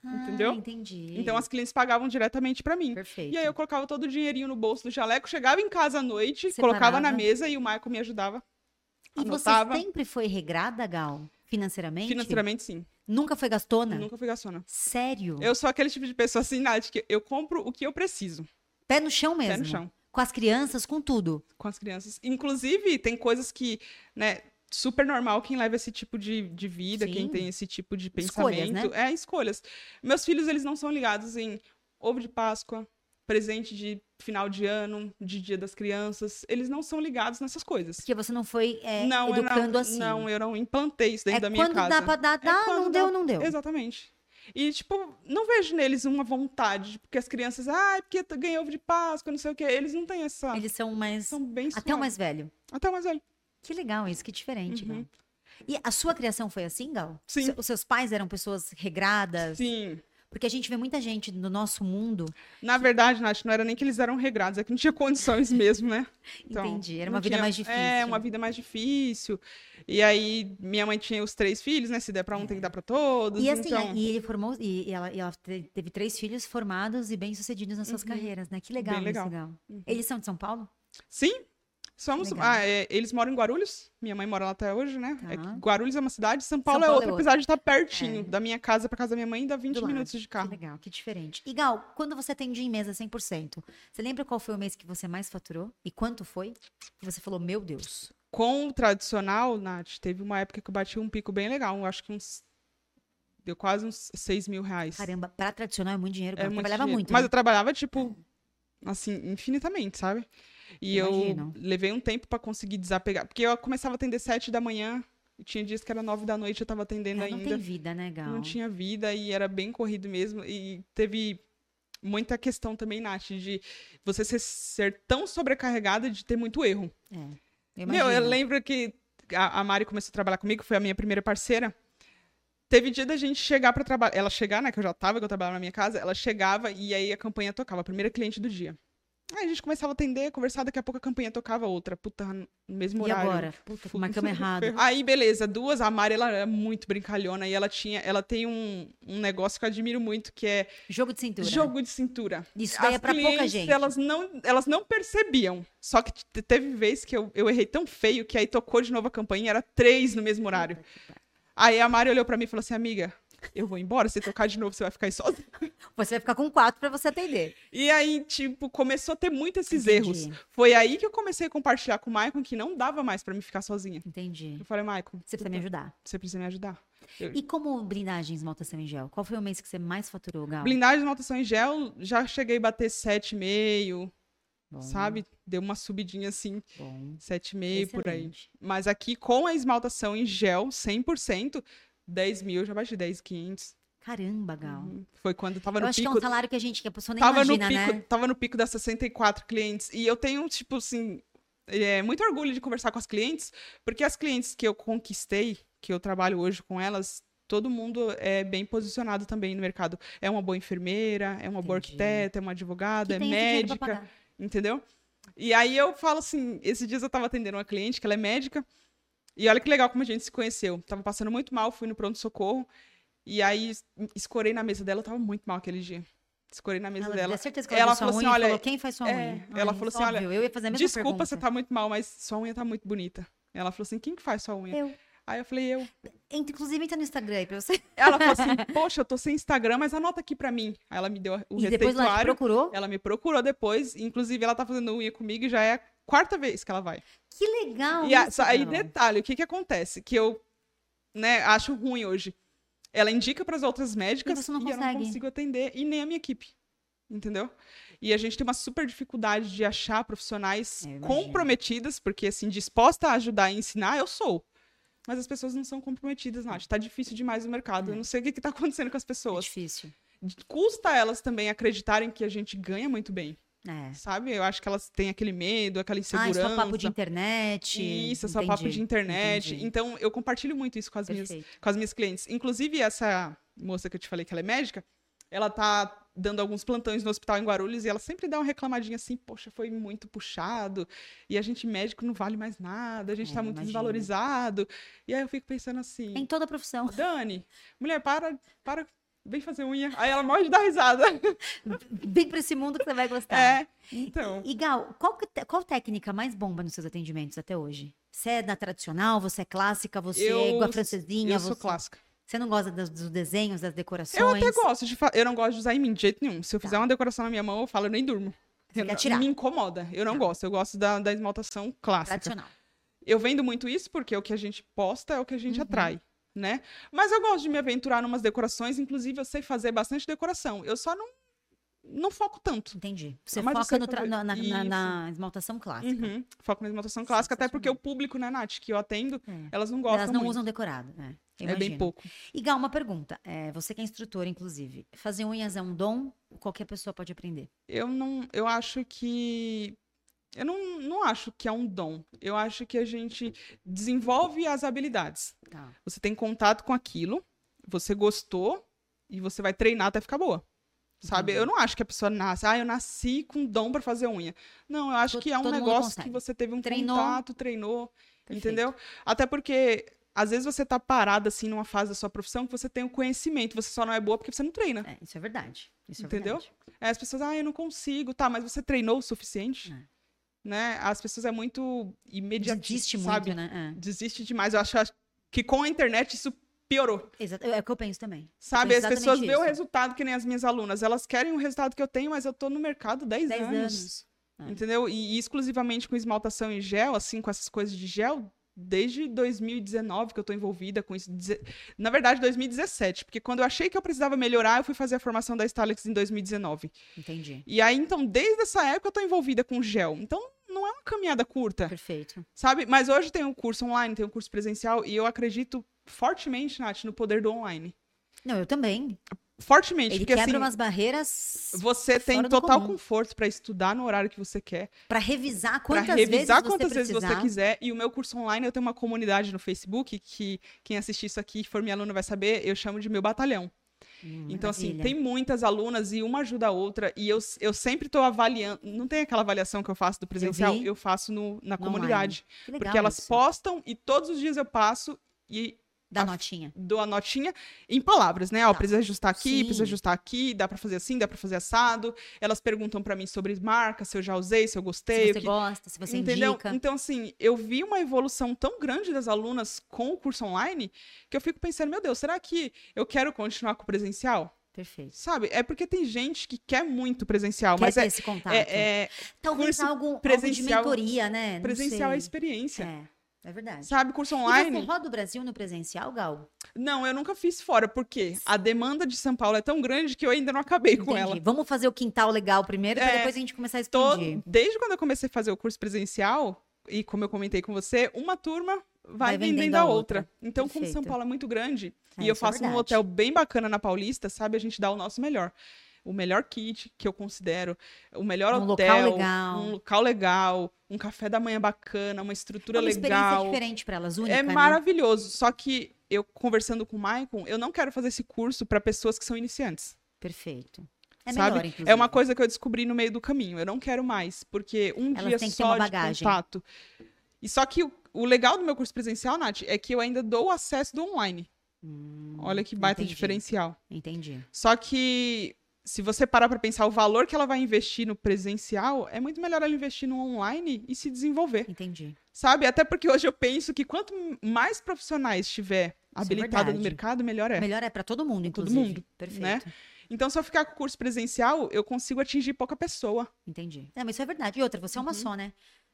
Entendeu? Ah, entendi. Então as clientes pagavam diretamente pra mim. Perfeito. E aí eu colocava todo o dinheirinho no bolso do jaleco, chegava em casa à noite, Separava. colocava na mesa e o Michael me ajudava. E Anotava. você sempre foi regrada, Gal? Financeiramente? Financeiramente, sim. Nunca foi gastona? Nunca fui gastona. Sério? Eu sou aquele tipo de pessoa assim, Nath, que eu compro o que eu preciso. Pé no chão mesmo. Pé no chão. Com as crianças, com tudo. com as crianças. Inclusive, tem coisas que, né, super normal quem leva esse tipo de, de vida, quem Sim. tem esse tipo de pensamento. Escolhas, né? É, escolhas. Meus filhos, eles não são ligados em ovo de Páscoa, presente de final de ano, de dia das crianças. Eles não são ligados nessas coisas. Porque você não foi é, não, eu educando não, assim. não, eu não implantei isso dentro é da minha quando casa. dá pra um. dar, dá, quando não dá- deu, não deu. Exatamente. E, tipo, não vejo neles uma vontade, porque as crianças, ah, porque tu ganhou ovo de Páscoa, não sei o quê. Eles não têm essa. Eles são mais. São bem até o suaves. mais velho. Até o mais velho. Que legal isso, que diferente, Uhum. Gal. E a sua criação foi assim, Gal? Sim. Se- Os seus pais eram pessoas regradas? Sim. Porque a gente vê muita gente no nosso mundo. Na verdade, Nath, não era nem que eles eram regrados, é que não tinha condições mesmo, né? Então, Entendi. Era não uma vida tinha- mais difícil. É, uma vida mais difícil. E aí, minha mãe tinha os três filhos, né? Se der pra um, tem que dar pra todos. É. E assim, então, e ele formou, e, e ela, e ela te- teve três filhos formados e bem-sucedidos nas suas carreiras, né? Que legal, Uhum. Bem legal. Uhum. isso, Gal. Eles são de São Paulo? Sim, somos. Legal. Ah, é, eles moram em Guarulhos. Minha mãe mora lá até hoje, né? É que Tá. Guarulhos é uma cidade, São Paulo, Paulo é é outra, outra. apesar de estar pertinho. Da minha casa pra casa da minha mãe, dá 20 lado. minutos de Que carro. legal, que diferente. E Gal, quando você atendia em mesa 100%, você lembra qual foi o mês que você mais faturou? E quanto foi? Que você falou, meu Deus. Com o tradicional, Nath, teve uma época que eu bati um pico bem legal. Acho que uns. Deu quase uns 6 mil reais. Caramba, pra tradicional é muito dinheiro. É Gal. muito trabalhava dinheiro. muito. Mas né? eu trabalhava, tipo, assim, infinitamente, sabe? E Imagino. eu levei um tempo pra conseguir desapegar. Porque eu começava a atender sete da manhã, e tinha dias que era nove da noite, eu tava atendendo Ah, não ainda. tem vida, né, Gal? Não tinha vida e era bem corrido mesmo. E teve muita questão também, Nath, de você ser, ser tão sobrecarregada de ter muito erro. É, eu Meu, eu imagino. lembro que a, a Mari começou a trabalhar comigo, foi a minha primeira parceira. Teve dia da gente chegar pra trabalhar. Ela chegar, né? Que eu já tava, que eu trabalhava na minha casa. Ela chegava e aí a campanha tocava, a primeira cliente do dia. Aí a gente começava a atender, conversar, daqui a pouco a campanha tocava outra. Puta, no mesmo E horário. agora? Puta, Fu- marcamos errado. Aí, beleza, duas, a Mari, ela é muito brincalhona e ela tinha, ela tem um, um negócio que eu admiro muito, que é Jogo de cintura. jogo de cintura. Isso daí é pra pouca clientes, gente. Elas não, elas não percebiam. Só que te- teve vez que eu, eu errei tão feio que aí tocou de novo a campainha, era três no mesmo horário. Aí a Mari olhou pra mim e falou assim, amiga, eu vou embora, se tocar de novo você vai ficar aí sozinha. Você vai ficar com quatro pra você atender. E aí, tipo, começou a ter muito esses Entendi. erros. Foi aí que eu comecei a compartilhar com o Maicon que não dava mais pra mim ficar sozinha. Entendi. Eu falei, Maicon, Você precisa me ajudar. você precisa me ajudar. E como blindagens maltação em gel? Qual foi o mês que você mais faturou, Gal? Blindagem e notação em gel, já cheguei a bater 7,5, Bom, sabe? Deu uma subidinha assim, Bom. 7,5 por aí. excelente. Mas aqui com a esmaltação em gel 100%, 10 mil, eu já bati 10,500. Caramba, Gal. Foi quando eu Uhum. tava Eu no acho pico. que é um salário que a gente, que a pessoa nem tava, imagina, no pico né? tava no pico das 64 clientes. E eu tenho, tipo assim, é, muito orgulho de conversar com as clientes, porque as clientes que eu conquistei, que eu trabalho hoje com elas. Todo mundo é bem posicionado também no mercado. É uma boa enfermeira, é uma boa Entendi. arquiteta, é uma advogada, Que é tem esse dinheiro pra médica pagar. entendeu? E aí eu falo assim, esses dias eu tava atendendo uma cliente, que ela é médica, e olha que legal como a gente se conheceu. Tava passando muito mal, fui no pronto-socorro, e aí es- escorei na mesa dela, eu tava muito mal aquele dia. Escorei na mesa Ela, dela. tenho certeza que ela, ela viu sua falou assim, unha e olha, falou, quem faz sua é, unha? ela Ai, falou assim, olha, óbvio, eu ia fazer a mesma Desculpa, você pergunta. tá muito mal, mas sua unha tá muito bonita. Ela falou assim, quem que faz sua unha? Eu. Aí eu falei, eu. Entra- Inclusive, entra no Instagram aí pra você. Ela falou assim, poxa, eu tô sem Instagram, mas anota aqui pra mim. Aí ela me deu o e depois ela te receituário. é procurou. Ela me procurou depois, inclusive ela tá fazendo unha comigo e já é a quarta vez que ela vai. Que legal E a- isso, só- aí, Gal. detalhe, o que que acontece? Que eu, né, acho ruim hoje. Ela indica para as outras médicas E você não eu não consegue. consigo atender, e nem a minha equipe. Entendeu? E a gente tem uma super dificuldade de achar profissionais É, Eu imagino. comprometidas, porque, assim, disposta a ajudar e ensinar, eu sou. Mas as pessoas não são comprometidas, Nath. Tá difícil demais o mercado. Eu não sei o que, que tá acontecendo com as É pessoas. difícil. Custa elas também acreditarem que a gente ganha muito bem, É. sabe? Eu acho que elas têm aquele medo, aquela Ah, isso insegurança. é papo de internet. Isso, é só papo de Entendi, internet. entendi. Então, eu compartilho muito isso com as, minhas, Perfeito. com as minhas clientes. Inclusive, essa moça que eu te falei que ela é médica, ela tá dando alguns plantões no hospital em Guarulhos e ela sempre dá uma reclamadinha assim, poxa, foi muito puxado, e a gente médico não vale mais nada, a gente É, tá muito imagino. desvalorizado. E aí eu fico pensando assim, Então Em toda a profissão. Dani, mulher, para, para Vem fazer unha. Aí ela morre de dar risada. Bem pra esse mundo que você vai gostar. É. Então. E Gal, qual, que te- qual técnica mais bomba nos seus atendimentos até hoje? Você é na tradicional, você é clássica, você é Eu- igual a francesinha, Eu sou você... clássica. você não gosta das- dos desenhos, das Eu decorações? até gosto de fa... Eu não gosto de usar em mim de jeito nenhum. Se eu Tá. fizer uma decoração na minha mão, eu falo, eu nem durmo. Você Eu quer não- tirar. Me incomoda. Eu não Tá. gosto. Eu gosto da, da esmaltação clássica. Tradicional. Eu vendo muito isso porque o que a gente posta é o que a gente Uhum. atrai, né? Mas eu gosto de me aventurar em umas decorações. Inclusive, eu sei fazer bastante decoração. Eu só não, não foco tanto. Entendi. Você Mas eu foca sei no tra- fazer. na, na- na- Isso. na esmaltação clássica. Uhum. Foco na esmaltação clássica, até porque o público, né, Nath, que eu atendo, É. elas não gostam Elas não muito. usam decorado, né? Eu é bem imagino. pouco. E Gal, uma pergunta. É, você que é instrutora, inclusive. Fazer unhas é um dom? Qualquer pessoa pode aprender. Eu não, eu acho que eu não, não acho que é um dom. Eu acho que a gente desenvolve as habilidades. Tá. Você tem contato com aquilo, você gostou e você vai treinar até ficar boa. Sabe? Entendi. Eu não acho que a pessoa nasce, ah, eu nasci com dom pra fazer unha. Não, eu acho To- que é um todo mundo negócio consegue. que você teve um Treinou. contato, treinou, Perfeito. entendeu? Até porque às vezes você tá parada assim numa fase da sua profissão que você tem o conhecimento, você só não é boa porque você não treina. É, isso é verdade. Isso é Entendeu? verdade. É, as pessoas, ah, eu não consigo, tá, mas você treinou o suficiente? É. Né? As pessoas é muito imediatista, Desiste muito, sabe? né? Desiste demais. Eu acho acho que com a internet isso piorou, É. Exato. É o que eu penso também. sabe? As exatamente pessoas veem o isso. resultado que nem as minhas alunas, elas querem o resultado que eu tenho, mas eu tô no mercado 10, 10 anos, anos. É. Entendeu? E, e exclusivamente com esmaltação em gel, assim, com essas coisas de gel, desde 2019 que eu tô envolvida com isso. Deze- Na verdade, 2017, porque quando eu achei que eu precisava melhorar, eu fui fazer a formação da Stalex em 2019. Entendi. E aí, então, desde essa época eu tô envolvida com gel. Então, não é uma caminhada curta, Perfeito. sabe? Mas hoje tem um curso online, tem um curso presencial, e eu acredito fortemente, Nath, no poder do online. Não, eu também. Fortemente, Ele porque quebra assim, umas barreiras você tem É fora do total comum. conforto pra estudar no horário que você quer, pra revisar Pra quantas revisar vezes quantas você vezes precisar. você quiser. E o meu curso online, eu tenho uma comunidade no Facebook que quem assistir isso aqui e for minha aluna vai saber, eu chamo de meu batalhão. Hum, Então, assim, maravilha. tem muitas alunas e uma ajuda a outra. E eu, eu sempre estou avaliando. Não tem aquela avaliação que eu faço do presencial, vi. eu faço no- No na comunidade. Que legal Porque elas isso. postam e todos os dias eu passo e Dá a- notinha. dou a notinha em palavras, né? Ó, Tá. precisa ajustar aqui, Sim. precisa ajustar aqui, dá pra fazer assim, dá pra fazer assado. Elas perguntam pra mim sobre marca, se eu já usei, se eu gostei. Se o você que- gosta, se você Entendeu? indica. Então, assim, eu vi uma evolução tão grande das alunas com o curso online que eu fico pensando, meu Deus, será que eu quero continuar com o presencial? Perfeito. Sabe? É porque tem gente que quer muito presencial, Quer mas ter é, esse contato. é, é- Talvez curso algo, algo de presencial- mentoria, né? Não presencial é sei. experiência. É, é verdade. Sabe, E curso você online? roda o Brasil no presencial, Gal? Não, eu nunca fiz fora, porque a demanda de São Paulo é tão grande que eu ainda não acabei com ela. Entendi. Vamos fazer o quintal legal primeiro, pra É, depois a gente começar a Tô- expandir. desde quando eu comecei a fazer o curso presencial, e como eu comentei com você, uma turma vai, vendendo a outra. Então, como São Perfeito. Paulo é muito grande, É, e eu isso é faço num verdade. hotel bem bacana na Paulista, sabe? A gente dá o nosso melhor. O melhor kit que eu considero, o melhor Um hotel, local legal. um local legal, um café da manhã bacana, uma estrutura uma experiência legal. diferente pra elas, única, né? é maravilhoso. Só que eu conversando com o Maicon, eu não quero fazer esse curso para pessoas que são iniciantes. né? Perfeito. É Sabe? melhor, inclusive. É uma coisa que eu descobri no meio do caminho. Eu não quero mais, porque um Elas dia têm que ter só uma de bagagem. contato. E só que o, o legal do meu curso presencial, Nath, é que eu ainda dou o acesso do online. Hum, Olha que baita entendi, diferencial. Entendi. Só que se você parar para pensar o valor que ela vai investir no presencial, é muito melhor ela investir no online e se desenvolver, Entendi. sabe? Até porque hoje eu penso que quanto mais profissionais tiver habilitado no é verdade. mercado, melhor é. Melhor é pra todo mundo, Todo inclusive. mundo, Perfeito. né? Então, se eu ficar com o curso presencial, eu consigo atingir pouca pessoa. Entendi. Não, mas isso é verdade. E outra, você é uma Uhum. só, né?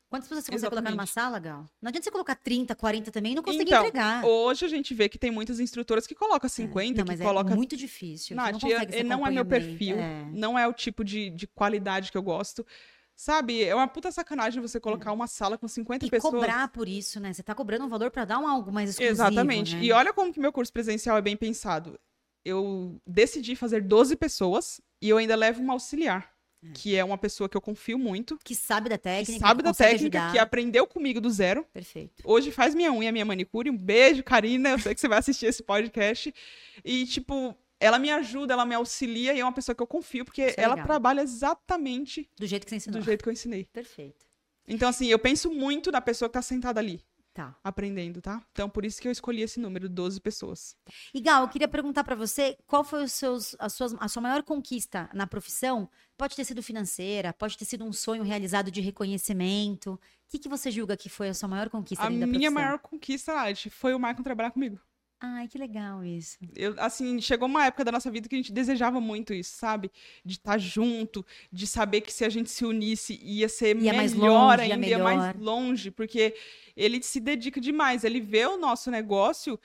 Quantas pessoas você consegue colocar numa Exatamente. sala, Gal? Não adianta você colocar 30, 40 também e não conseguir Então, entregar. Hoje a gente vê que tem muitas instrutoras que colocam 50, não, que mas Ah. é colocam. muito difícil. você não, Nath, eu- consegue esse eu- não é meu acompanhamento. perfil. É. Não é o tipo de, de qualidade que eu gosto. Sabe, é uma puta sacanagem você colocar uma sala com 50 É. E pessoas. cobrar por isso, né? Você tá cobrando um valor pra dar um algo mais exclusivo, Exatamente. né? E olha como que meu curso presencial é bem pensado. Eu decidi fazer 12 pessoas e eu ainda levo uma auxiliar, que é uma pessoa que eu confio muito, Que sabe da técnica, que sabe da consegue técnica, ajudar. que aprendeu comigo do zero. Perfeito. Hoje faz minha unha, minha manicure. Um beijo, Karina. Eu sei que você vai assistir esse podcast. E, tipo, ela me ajuda, ela me auxilia e é uma pessoa que eu confio, porque Isso é ela legal. trabalha exatamente Do jeito que você ensinou. do jeito que eu ensinei. Perfeito. Então, assim, eu penso muito na pessoa que tá sentada ali. Tá. aprendendo, tá? Então, por isso que eu escolhi esse número, 12 pessoas. E Gal, eu queria perguntar pra você qual foi os seus, as suas, a sua maior conquista na profissão? Pode ter sido financeira, pode ter sido um sonho realizado de reconhecimento. O que, que você julga que foi a sua maior conquista a dentro da minha profissão? maior conquista, Nath, foi o Maicon trabalhar comigo. Ai, que legal isso. Eu, assim, chegou uma época da nossa vida que a gente desejava muito isso, sabe? De estar junto, de saber que se a gente se unisse ia ser Ia melhor mais longe, ia ainda, melhor. mais longe, porque ele se dedica demais, ele vê o nosso negócio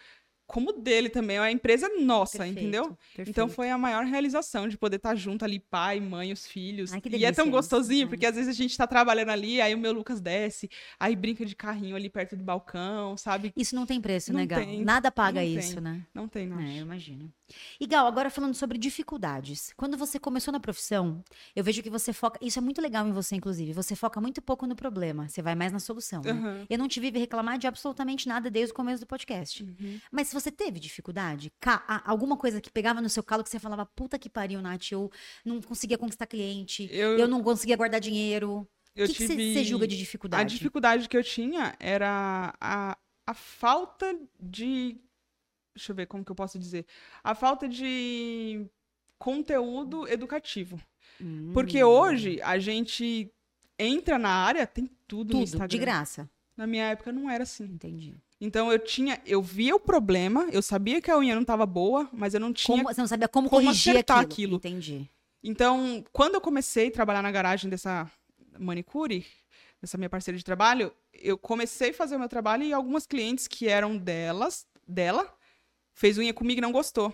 como dele também, a empresa é nossa, Perfeito, entendeu? Então perfeito. foi a maior realização de poder estar junto ali, pai, mãe, os filhos. Ai, que e é delícia tão isso, gostosinho, né? porque às vezes a gente tá trabalhando ali, aí o meu Lucas desce, aí brinca de carrinho ali perto do balcão, sabe? Isso não tem preço, Não né, Gal? tem, Nada paga não isso, tem. né? Não tem, não. É, eu imagino. E Gal, agora falando sobre dificuldades. Quando você começou na profissão, eu vejo que você foca. Isso é muito legal em você, inclusive. Você foca muito pouco no problema, você vai mais na solução. Né? Aham. Eu não te vive reclamar de absolutamente nada desde o começo do podcast. Mas se você teve dificuldade, ca- a- alguma coisa que pegava no seu calo que você falava, puta que pariu, Nath, eu não conseguia conquistar cliente, eu, Eu, não conseguia guardar dinheiro. O eu que que você- tive- você julga de A dificuldade? dificuldade que eu tinha era a, a falta de. Deixa eu ver como que eu posso dizer. A falta de conteúdo educativo. Hum, Porque hoje a gente entra na área, tem tudo, no Tudo, Instagram. de graça. Na minha época não era assim. Entendi. Então eu tinha, eu via o problema, eu sabia que a unha não estava boa, mas eu não tinha. Como- você não sabia como, como corrigir acertar aquilo. aquilo. Entendi. Então, quando eu comecei a trabalhar na garagem dessa manicure, dessa minha parceira de trabalho, eu comecei a fazer o meu trabalho e algumas clientes que eram delas, dela, fez unha comigo e não gostou.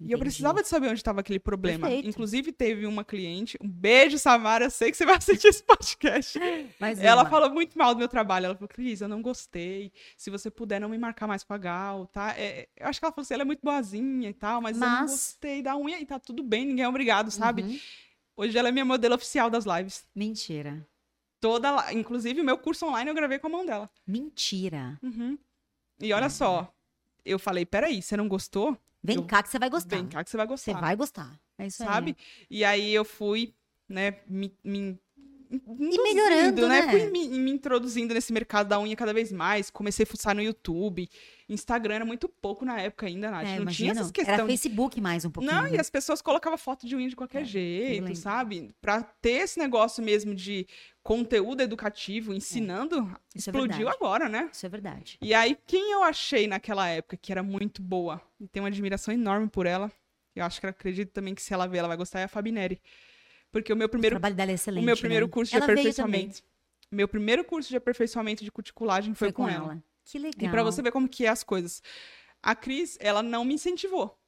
E eu entendi. precisava de saber onde estava aquele problema. Perfeito. Inclusive, teve uma cliente, um beijo, Samara, eu sei que você vai assistir esse podcast. Mais Ela uma. falou muito mal do meu trabalho. Ela falou, Cris, eu não gostei. Se você puder, não me marcar mais com a Gal, tá? É, é, eu acho que ela falou assim, ela é muito boazinha e tal, mas, eu não Mas- gostei da unha e tá tudo bem, ninguém é obrigado, sabe? Uhum. Hoje ela é minha modelo oficial das lives. Mentira. Toda, la- inclusive, o meu curso online eu gravei com a mão dela. Mentira. Uhum. E olha Uhum. só, eu falei, peraí, você não gostou? Vem Eu- cá que você vai gostar. Vem cá que você vai Você gostar, vai gostar. É isso sabe? E aí eu fui, né, me, me E melhorando, introduzindo, né? Fui me, me introduzindo nesse mercado da unha cada vez mais. Comecei a fuçar no YouTube. Instagram era muito pouco na época ainda, Nath. aí. É, não tinha imagino. essas Era questões. Facebook mais um pouquinho. Não, né? e as pessoas colocavam foto de unha de qualquer É, eu lembro. jeito, sabe? Pra ter esse negócio mesmo de conteúdo educativo, ensinando, Isso é explodiu verdade. agora, né? Isso é verdade. E aí, quem eu achei naquela época que era muito boa, e tenho uma admiração enorme por ela, eu acho que eu acredito também que se ela ver, ela vai gostar, é a Fabi Neri. Porque o meu O primeiro trabalho dela é excelente. o meu né? primeiro curso de Ela veio também, aperfeiçoamento. Meu primeiro curso de aperfeiçoamento de cuticulagem foi, com, ela. Que legal. E pra você ver como que é as coisas. A Cris, ela não me incentivou,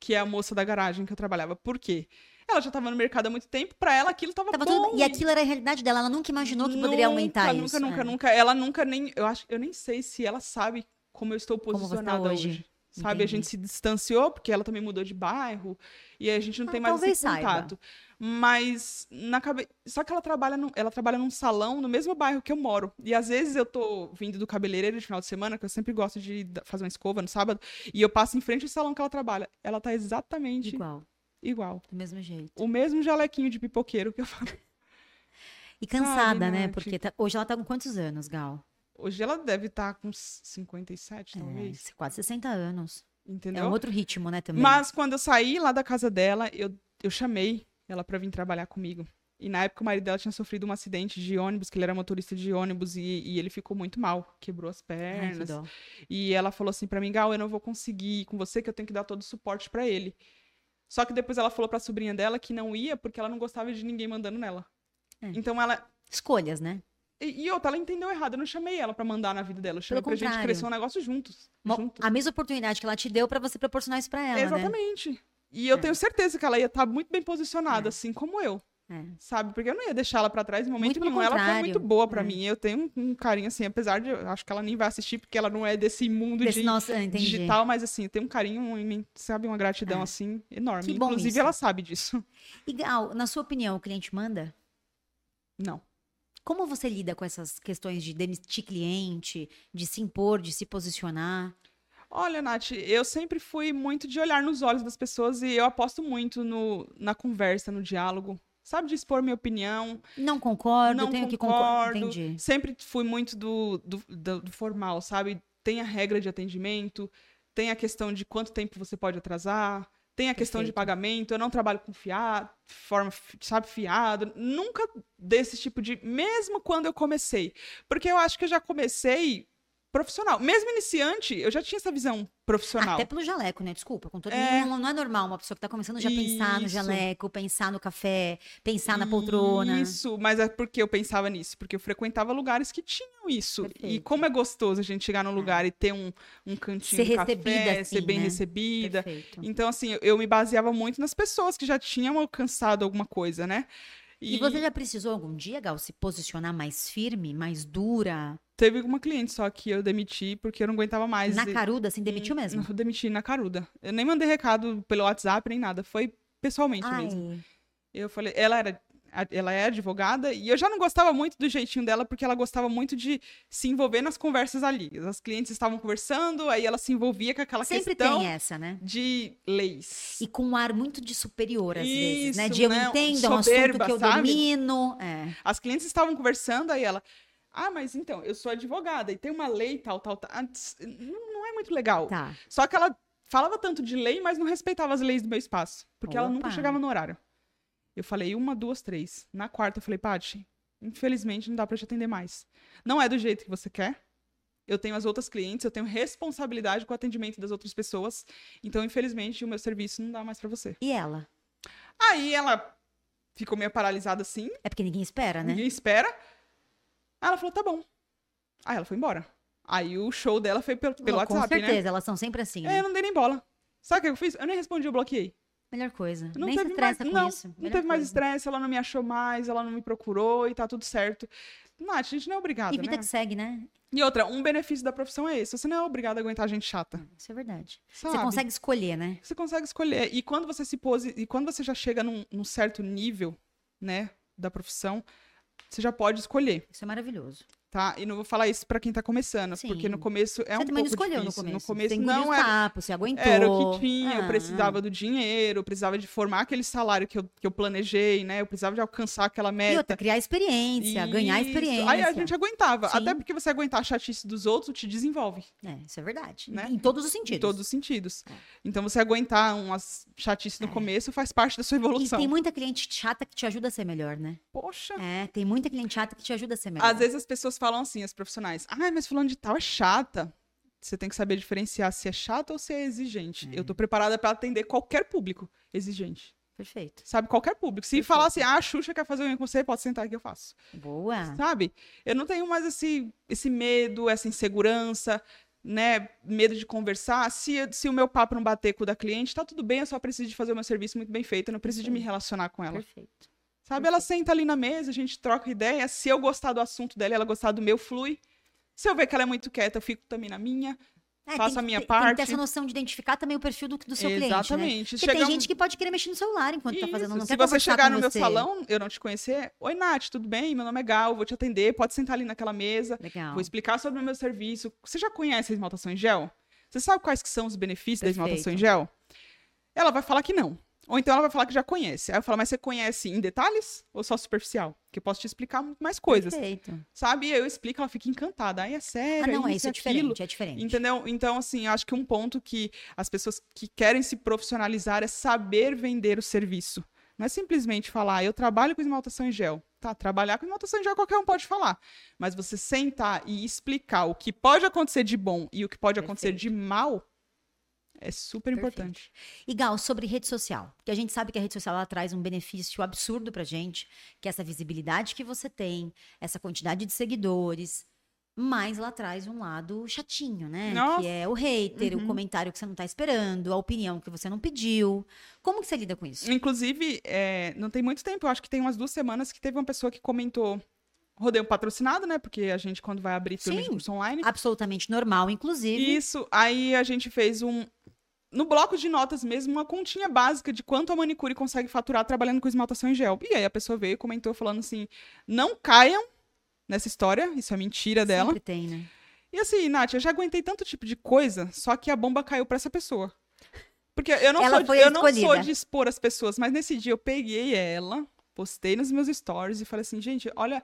que é a moça da garagem que eu trabalhava. Por quê? Ela já tava no mercado há muito tempo, pra ela aquilo tava, Tava bom. tudo... E aquilo era a realidade dela. Ela nunca imaginou que poderia aumentar nunca, isso. Nunca, é. nunca, nunca. Ela nunca nem... Eu, acho, eu nem sei se ela sabe como eu estou Como você tá posicionada hoje. hoje. Sabe, a Entendi. gente se distanciou, porque ela também mudou de bairro, e a gente não Ah, tem mais talvez esse saiba. contato. Mas na cabeça. Só que ela trabalha, num, ela trabalha num salão no mesmo bairro que eu moro. E às vezes eu tô vindo do cabeleireiro de final de semana, que eu sempre gosto de da- fazer uma escova no sábado, e eu passo em frente ao salão que ela trabalha. Ela tá exatamente igual. É, Igual, do mesmo jeito. O mesmo jalequinho de pipoqueiro que eu falo. E cansada, né? Nath? Porque tá- hoje ela tá com quantos anos, Gal? Hoje ela deve estar com uns 57, É, talvez. quase 60 anos. Entendeu? É um outro ritmo, né, também. Mas quando eu saí lá da casa dela, eu, eu chamei ela pra vir trabalhar comigo. E na época o marido dela tinha sofrido um acidente de ônibus, que ele era motorista de ônibus e, e ele ficou muito mal, quebrou as Ai, que pernas. dó. e ela falou assim pra mim, Gal, eu não vou conseguir ir com você, que eu tenho que dar todo o suporte pra ele. Só que depois ela falou pra sobrinha dela que não ia porque ela não gostava de ninguém mandando nela. É. Então ela Escolhas, né? e, e outra, ela entendeu errado, eu não chamei ela pra mandar na vida dela, eu chamei pra gente contrário. crescer um negócio juntos. Mo- juntos. A mesma oportunidade que ela te deu pra você proporcionar isso pra ela, né? Exatamente. E eu É. tenho certeza que ela ia estar muito bem posicionada, É. assim como eu, É. sabe? Porque eu não ia deixar ela pra trás em Muito momento pelo nenhum. Ela foi contrário. muito boa pra É. mim. Eu tenho um, um carinho, assim, apesar de. eu Acho que ela nem vai assistir, porque ela não é desse mundo Desse de nosso, ah, entendi. digital, mas assim, eu tenho um carinho em mim, sabe? Uma gratidão, É. assim, enorme. Que bom Inclusive, isso. ela sabe disso. E Gal, na sua opinião, o cliente manda? Não. Como você lida com essas questões de demitir cliente, de se impor, de se posicionar? Olha, Nath, eu sempre fui muito de olhar nos olhos das pessoas e eu aposto muito no, na conversa, no diálogo. sabe, de expor minha opinião. Não concordo, não tenho concordo. que concordar. Entendi. Sempre fui muito do, do, do- do formal, sabe? Tem a regra de atendimento, tem a questão de quanto tempo você pode atrasar, tem a questão de Perfeito. pagamento. Eu não trabalho com fiado, forma, fi- sabe, fiado. Nunca desse tipo de. Mesmo quando eu comecei. Porque eu acho que eu já comecei profissional. Mesmo iniciante, eu já tinha essa visão profissional. Até pelo jaleco, né? Desculpa, com todo É. Não, não é normal uma pessoa que tá começando já pensar no Isso. jaleco, pensar no café, pensar na poltrona. Isso, mas é porque eu pensava nisso, porque eu frequentava lugares que tinham isso. E Perfeito. como é gostoso a gente chegar num lugar e ter um, um cantinho Ser de café, recebida assim, ser bem né? recebida. Perfeito. Então, assim, eu- eu me baseava muito nas pessoas que já tinham alcançado alguma coisa, né? E... E você já precisou algum dia, Gal, se posicionar mais firme, mais dura? teve uma cliente só que eu demiti porque eu não aguentava mais. na E- caruda, assim, Uhum. demitiu mesmo? Eu demiti na caruda. Eu nem mandei recado pelo WhatsApp, nem nada. Foi pessoalmente Ai, mesmo. Eu falei, ela era a- ela é advogada e eu já não gostava muito do jeitinho dela porque ela gostava muito de se envolver nas conversas ali. As clientes estavam conversando, aí ela se envolvia com aquela sempre questão tem essa, né? de leis. E com um ar muito de superior, às vezes, né? Isso, De eu né? Um entendo, é um assunto soberba, que eu sabe? domino. É. As clientes estavam conversando, aí ela, ah, mas então, eu sou advogada e tem uma lei tal, tal, tal. Ah, tss, Não, não é muito legal. Tá. Só que ela falava tanto de lei, mas não respeitava as leis do meu espaço. Porque ela nunca Opa. chegava no horário. Eu falei uma, duas, três. Na quarta eu falei, Paty, infelizmente não dá pra te atender mais. Não é do jeito que você quer. Eu tenho as outras clientes, eu tenho responsabilidade com o atendimento das outras pessoas. Então, infelizmente, o meu serviço não dá mais pra você. E ela? Aí ela ficou meio paralisada assim, É porque ninguém espera, né? Ninguém espera. Aí ela falou, tá bom. Aí ela foi embora. Aí o show dela foi pelo, pelo Oh, Com WhatsApp, né? certeza, elas são sempre assim. É, Né? eu não dei nem bola. Sabe o que eu fiz? Eu nem respondi, eu bloqueei. Melhor coisa. Não Nem se teve mais- estressa com não, isso. Não Melhor teve mais coisa. estresse, ela não me achou mais, ela não me procurou e tá tudo certo. Nath, a gente não é obrigada, E vida né? que segue, né? E outra, um benefício da profissão é esse. Você não é obrigada a aguentar gente chata. Isso é verdade. Sabe? Você consegue escolher, né? Você consegue escolher. E quando você se pose... E quando você já chega num, num certo nível, né, da profissão, você já pode escolher, Isso é maravilhoso. tá? E não vou falar isso pra quem tá começando, Sim. porque no começo é você também um não pouco escolheu difícil. no começo. No começo você engoliu não o é sapo, você aguentou. Era o que tinha, eu Ah, precisava do dinheiro, eu precisava de formar aquele salário que eu, que eu planejei, né? Eu precisava de alcançar aquela E meta. outra, criar experiência, ganhar Isso. experiência. Aí a gente aguentava. Sim. Até porque você aguentar a chatice dos outros te desenvolve É, isso é verdade. Né? Em todos os em sentidos. todos os sentidos. É. Então você aguentar umas chatices no É. começo faz parte da sua E evolução. tem muita cliente chata que te ajuda a ser melhor, né? Poxa. É, tem muita cliente chata que te ajuda a ser melhor. Às vezes as pessoas falam assim, as profissionais, ai, mas fulano de tal é chata. Você tem que saber diferenciar se é chata ou se é exigente. Eu tô preparada pra atender qualquer público exigente. Perfeito. Sabe, qualquer público. Se Perfeito. Ah. falar assim, ah, a Xuxa quer fazer um com você, pode sentar que eu faço. Boa. Sabe? Eu não tenho mais esse, esse medo, essa insegurança, né? Medo de conversar. Se, eu- se o meu papo não bater com o da cliente, tá tudo bem, eu só preciso de fazer o meu serviço muito bem feito, eu não preciso de me Perfeito. relacionar com ela. Perfeito. Sabe? Ela senta ali na mesa, a gente troca ideia. Se eu gostar do assunto dela e ela gostar do meu, flui. Se eu ver que ela é muito quieta, eu fico também na minha. É, Faço tem a que minha ter- Tem que parte. ter essa noção de identificar também o perfil do, do seu cliente, né? Exatamente. Porque Chega tem um- gente que pode querer mexer no celular enquanto tá fazendo, Isso. não Se quer você conversar chegar com no meu você. salão, eu não te conhecer, oi Nath, tudo bem? Meu nome é Gal, vou te atender, pode sentar ali naquela mesa, Legal. vou explicar sobre o meu serviço. Você já conhece a esmaltação em gel? Você sabe quais que são os benefícios da esmaltação em gel? Ela vai falar que não. Ou então ela vai falar que já conhece. Aí eu falo, mas você conhece em detalhes ou só superficial? Que eu posso te explicar muito mais coisas. Perfeito. Sabe? E aí eu explico, ela fica encantada. Aí é sério. Ah, não, é isso, é aquilo. diferente, é diferente. Entendeu? Então, assim, acho que um ponto que as pessoas que querem se profissionalizar é saber vender o serviço. Não é simplesmente falar, "Ah, eu trabalho com esmaltação em gel. Tá, trabalhar com esmaltação em gel qualquer um pode falar. Mas você sentar e explicar o que pode acontecer de bom e o que pode acontecer de mal é super Perfeito. importante. E Gal, sobre rede social, porque a gente sabe que a rede social ela traz um benefício absurdo pra gente, que é essa visibilidade que você tem, essa quantidade de seguidores, mas ela traz um lado chatinho, né? Nossa. Que é o hater, o Uhum. comentário que você não tá esperando, a opinião que você não pediu. Como que você lida com isso? Inclusive, é, não tem muito tempo, eu acho que tem umas duas semanas que teve uma pessoa que comentou rodeio patrocinado, né? Porque a gente, quando vai abrir turma de Sim. curso online, Absolutamente normal, inclusive. Isso, aí a gente fez um. No bloco de notas mesmo, uma continha básica de quanto a manicure consegue faturar trabalhando com esmaltação em gel. E aí a pessoa veio e comentou falando assim: não caiam nessa história, isso é mentira dela. Sempre tem, né? E assim, Nath, eu já aguentei tanto tipo de coisa, só que a bomba caiu pra essa pessoa. Porque eu não, Ela sou, foi a eu não sou escolhida. de expor as pessoas, mas nesse dia eu peguei ela, postei nos meus stories e falei assim, gente, olha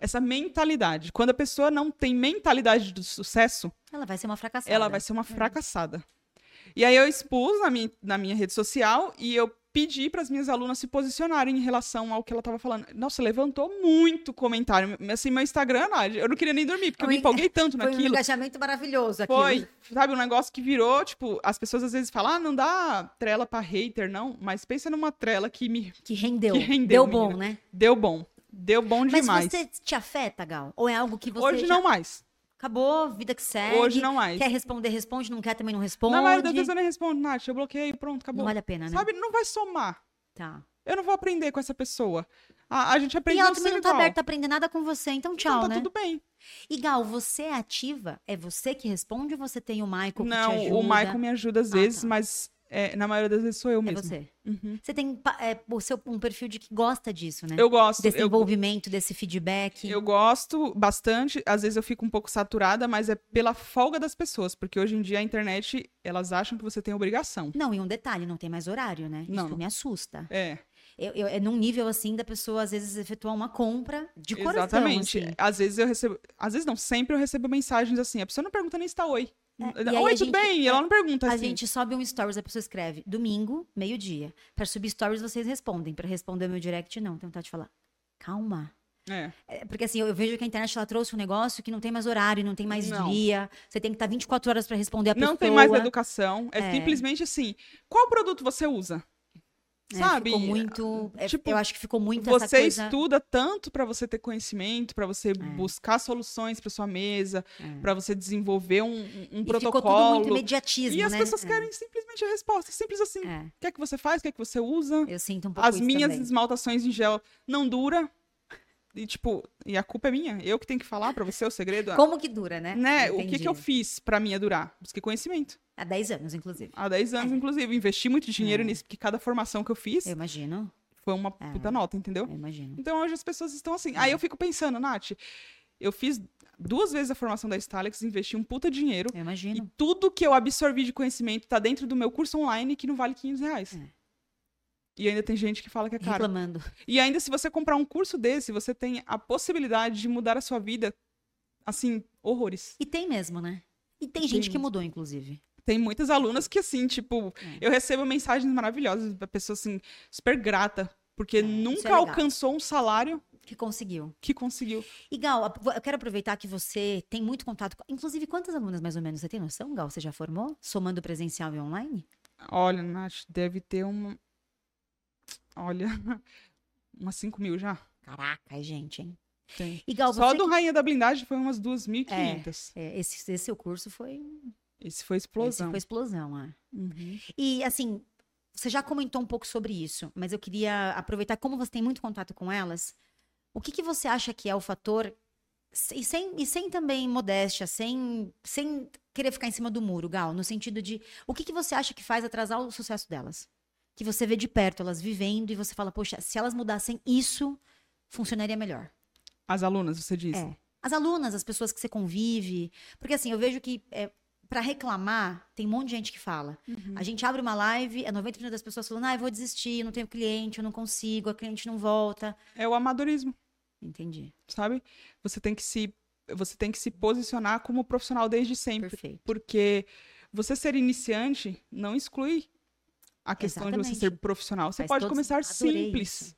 essa mentalidade. Quando a pessoa não tem mentalidade do sucesso, Ela vai ser uma fracassada. ela vai ser Uhum. uma fracassada. E aí eu expus na minha, na minha rede social e eu pedi para as minhas alunas se posicionarem em relação ao que ela estava falando. Nossa, levantou muito comentário. Assim, meu Instagram, ah, eu não queria nem dormir, porque eu me Foi- empolguei tanto Foi um naquilo. engajamento maravilhoso aqui. Foi, sabe, um negócio que virou, tipo, as pessoas às vezes falam, ah, não dá trela pra hater, não, mas pensa numa trela que me Que rendeu. Que rendeu, Deu bom, né? deu bom, deu bom Mas demais. você te afeta, Gal? Ou é algo que você Hoje já não mais, acabou, vida que segue? hoje não mais. Quer responder, responde. Não quer, também não responde. Na maioria das vezes eu nem respondo, Nath, eu bloqueei, pronto, não acabou. vale a pena, né? Sabe, não vai somar, Tá. eu não vou aprender com essa pessoa. A, a gente E aprende ela não também sendo não tá igual. aberta a aprender nada com você, então Então tchau, tá né? tudo bem. E Gal, você é ativa? É você que responde ou você tem o Michael que te Não, ajuda? o Michael me ajuda às Ah, vezes, tá. mas é, na maioria das vezes sou eu é mesmo. você. Uhum. Você tem pa- é, o seu, um perfil de que gosta disso, né? Eu gosto, desse eu envolvimento, desse feedback. Eu gosto bastante, às vezes eu fico um pouco saturada, mas é pela folga das pessoas, porque hoje em dia a internet, elas acham que você tem obrigação. Não, e um detalhe, não tem mais horário, né? Não, Isso não. me assusta. É, Eu, eu- é num nível assim da pessoa, às vezes, efetuar uma compra de coração. exatamente. assim. Às vezes eu recebo, às vezes não, sempre eu recebo mensagens assim, a pessoa não pergunta nem se tá oi. É, e aí oi, a tudo gente- bem? E ela não pergunta A assim. gente sobe um stories, a pessoa escreve domingo, meio-dia. Pra subir stories, vocês respondem. Pra responder o meu direct, não. Tentar te falar, calma. É, É, Porque assim, eu, eu vejo que a internet ela trouxe um negócio que não tem mais horário, não tem mais Não. dia. Você tem que tá estar 24 horas pra responder a pessoa. Não tem mais educação, é, É. simplesmente assim, qual produto você usa? É, Sabe? Ficou muito. é, tipo, eu acho que ficou muito essa você coisa. estuda tanto para você ter conhecimento, para você buscar soluções para sua mesa, É. para você desenvolver um, um- um e ficou tudo muito protocolo. imediatismo, E as né? pessoas É, querem simplesmente a resposta, simples assim. O é, que é que você faz? O que é que você usa? eu sinto um pouco As isso minhas também. esmaltações em gel não dura. E tipo, e a culpa é minha. Eu que tenho que falar pra você o segredo. ah, Como que dura, né? né? O que, que eu Entendi. fiz pra minha durar? Busquei conhecimento. Há 10 anos, inclusive. Há 10 anos, inclusive. Investi muito dinheiro É. nisso, porque cada formação que eu fiz Eu imagino, foi uma É. puta nota, entendeu? eu imagino. Então hoje as pessoas estão assim. Aí eu fico pensando, Nath, eu fiz duas vezes a formação da Stalex, investi um puta dinheiro. Eu E imagino. tudo que eu absorvi de conhecimento tá dentro do meu curso online que não vale 500 reais. É. E ainda tem gente que fala que é caro. Reclamando. E ainda se você comprar um curso desse, você tem a possibilidade de mudar a sua vida, assim, horrores. E tem mesmo, né? E tem gente que Gente. mudou, inclusive. Tem muitas alunas que, assim, tipo, É. eu recebo mensagens maravilhosas da pessoa, assim, super grata, porque isso é nunca legal. alcançou um salário Que conseguiu. que conseguiu. E Gal, a- vo- eu quero aproveitar que você tem muito contato. com- Inclusive, quantas alunas mais ou menos você tem noção, Gal? Você já formou? Somando presencial e online? Olha, Nath, deve ter uma. Olha, umas 5 mil já. Caraca, é gente, hein? Tem. E Gal, Só você. do Rainha da Blindagem foi umas 2.500. É, esse, esse seu curso foi. esse Esse foi explosão. foi explosão, ah. Uhum. E assim, você já comentou um pouco sobre isso, mas eu queria aproveitar como você tem muito contato com elas. O que, que você acha que é o fator se- e sem, e sem também modéstia, sem, sem querer ficar em cima do muro, Gal, no sentido de o que, que você acha que faz atrasar o sucesso delas? Que você vê de perto elas vivendo e você fala, poxa, se elas mudassem isso, funcionaria melhor. As alunas, você disse. É. As alunas, as pessoas que você convive. Porque assim, eu vejo que é, para reclamar, tem um monte de gente que fala. Uhum. A gente abre uma live, é 90% das pessoas falando, ah, eu vou desistir, eu não tenho cliente, eu não consigo, a cliente não volta. É o amadorismo, Entendi. sabe? Você tem que se, você tem que se posicionar como profissional desde sempre. Perfeito. Porque você ser iniciante não exclui a questão de você ser Exatamente. profissional. Você Faz pode todo começar sentido. Adorei simples, isso.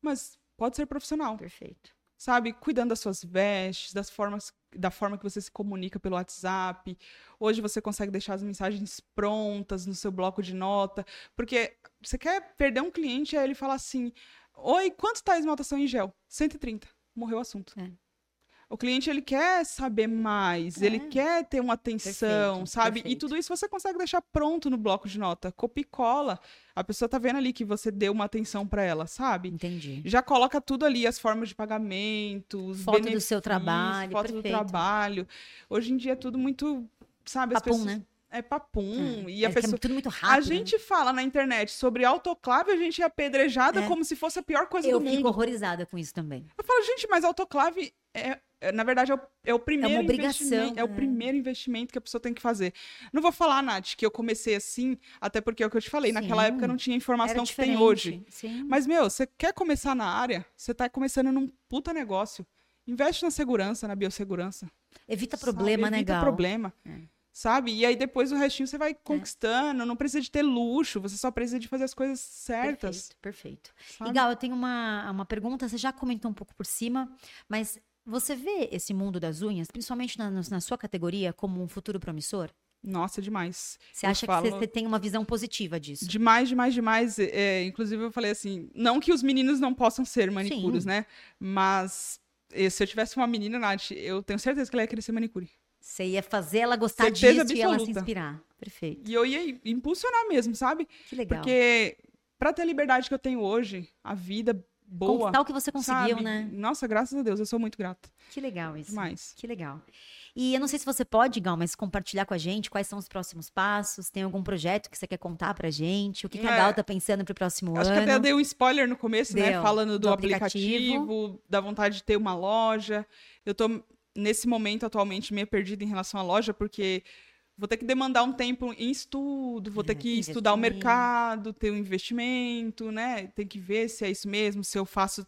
mas pode ser profissional. Perfeito. sabe, cuidando das suas vestes, das formas, da forma que você se comunica pelo WhatsApp. Hoje você consegue deixar as mensagens prontas no seu bloco de nota, porque você quer perder um cliente aí ele fala assim: "Oi, quanto tá a esmaltação em gel?" 130. Morreu o assunto. É. O cliente ele quer saber mais, É. ele quer ter uma atenção, Perfeito, sabe? E perfeito. tudo isso você consegue deixar pronto no bloco de nota, copia e cola. A pessoa tá vendo ali que você deu uma atenção para ela, sabe? Entendi. já coloca tudo ali, as formas de pagamento, os Foto do benefícios, seu trabalho, foto do perfeito. trabalho. Hoje em dia é tudo muito, sabe, as Papum, pessoas- né? É papum. E a É, que é pessoa. tudo muito A rápido. né? gente fala na internet sobre autoclave, a gente é apedrejada É. como se fosse a pior coisa né? Eu do fico mundo. horrorizada com isso também. Eu falo, gente, mas autoclave é, é, na verdade, é o, é o primeiro uma obrigação, investimento. É o né? primeiro investimento que a pessoa tem que fazer. Não vou falar, Nath, que eu comecei assim, até porque é o que eu te falei, naquela Sim. época não tinha a Era informação que tem diferente. hoje. Sim. Mas, meu, você quer começar na área, você tá começando num puta negócio. Investe na segurança, na biossegurança. evita sabe? problema, né, Evita Gal? problema. É. Sabe? E aí depois o restinho você vai conquistando, não precisa de ter luxo, você só precisa de fazer as coisas certas. Perfeito, perfeito. sabe? E Gal, eu tenho uma, uma pergunta, você já comentou um pouco por cima, mas você vê esse mundo das unhas, principalmente na, na sua categoria, como um futuro promissor? Nossa, demais. Você acha que você- falo- você tem uma visão positiva disso? Demais, demais, demais. É, inclusive, eu falei assim: não que os meninos não possam ser manicuros, né? Mas eh, se eu tivesse uma menina, Nath, eu tenho certeza que ela ia querer ser manicure. Você ia fazer ela gostar Certeza disso e ela se absoluta. inspirar. Perfeito. E eu ia impulsionar mesmo, sabe? Que legal. Porque pra ter a liberdade que eu tenho hoje, a vida boa. Conquistar o que você conseguiu, sabe? né? Nossa, graças a Deus, eu sou muito grata. Que legal isso. Demais. Que legal. E eu não sei se você pode, Gal, mas compartilhar com a gente quais são os próximos passos, tem algum projeto que você quer contar pra gente, o que, que a É. Gal tá pensando pro próximo Acho que ano. até eu dei um spoiler no começo, né? Deu. Falando do, Do aplicativo. aplicativo. da vontade de ter uma loja. Eu tô, nesse momento, atualmente, meio perdida em relação à loja, porque vou ter que demandar um tempo em estudo, vou É, ter que estudar o investimento. mercado, ter um investimento, né? Tem que ver se é isso mesmo, se eu faço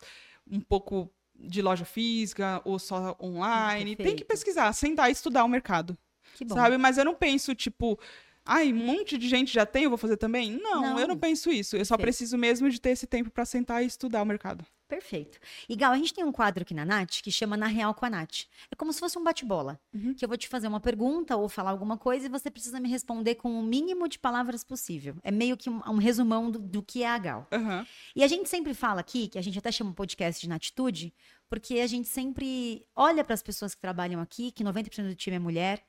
um pouco de loja física ou só online. Tem que Ah, perfeito. pesquisar, sentar e estudar o mercado, Que bom. sabe? Mas eu não penso, tipo... Ai, um monte de gente já tem, eu vou fazer também? Não, eu Não. não penso isso. Eu só Perfeito. preciso mesmo de ter esse tempo para sentar e estudar o mercado. Perfeito. E Gal, a gente tem um quadro aqui na Nath que chama Na Real com a Nath. É como se fosse um bate-bola, Uhum. que eu vou te fazer uma pergunta ou falar alguma coisa e você precisa me responder com o mínimo de palavras possível. É meio que um, um resumão do, do que é a Gal. Aham. E a gente sempre fala aqui, que a gente até chama o podcast de Natitude, porque a gente sempre olha para as pessoas que trabalham aqui, que 90% do time é mulher,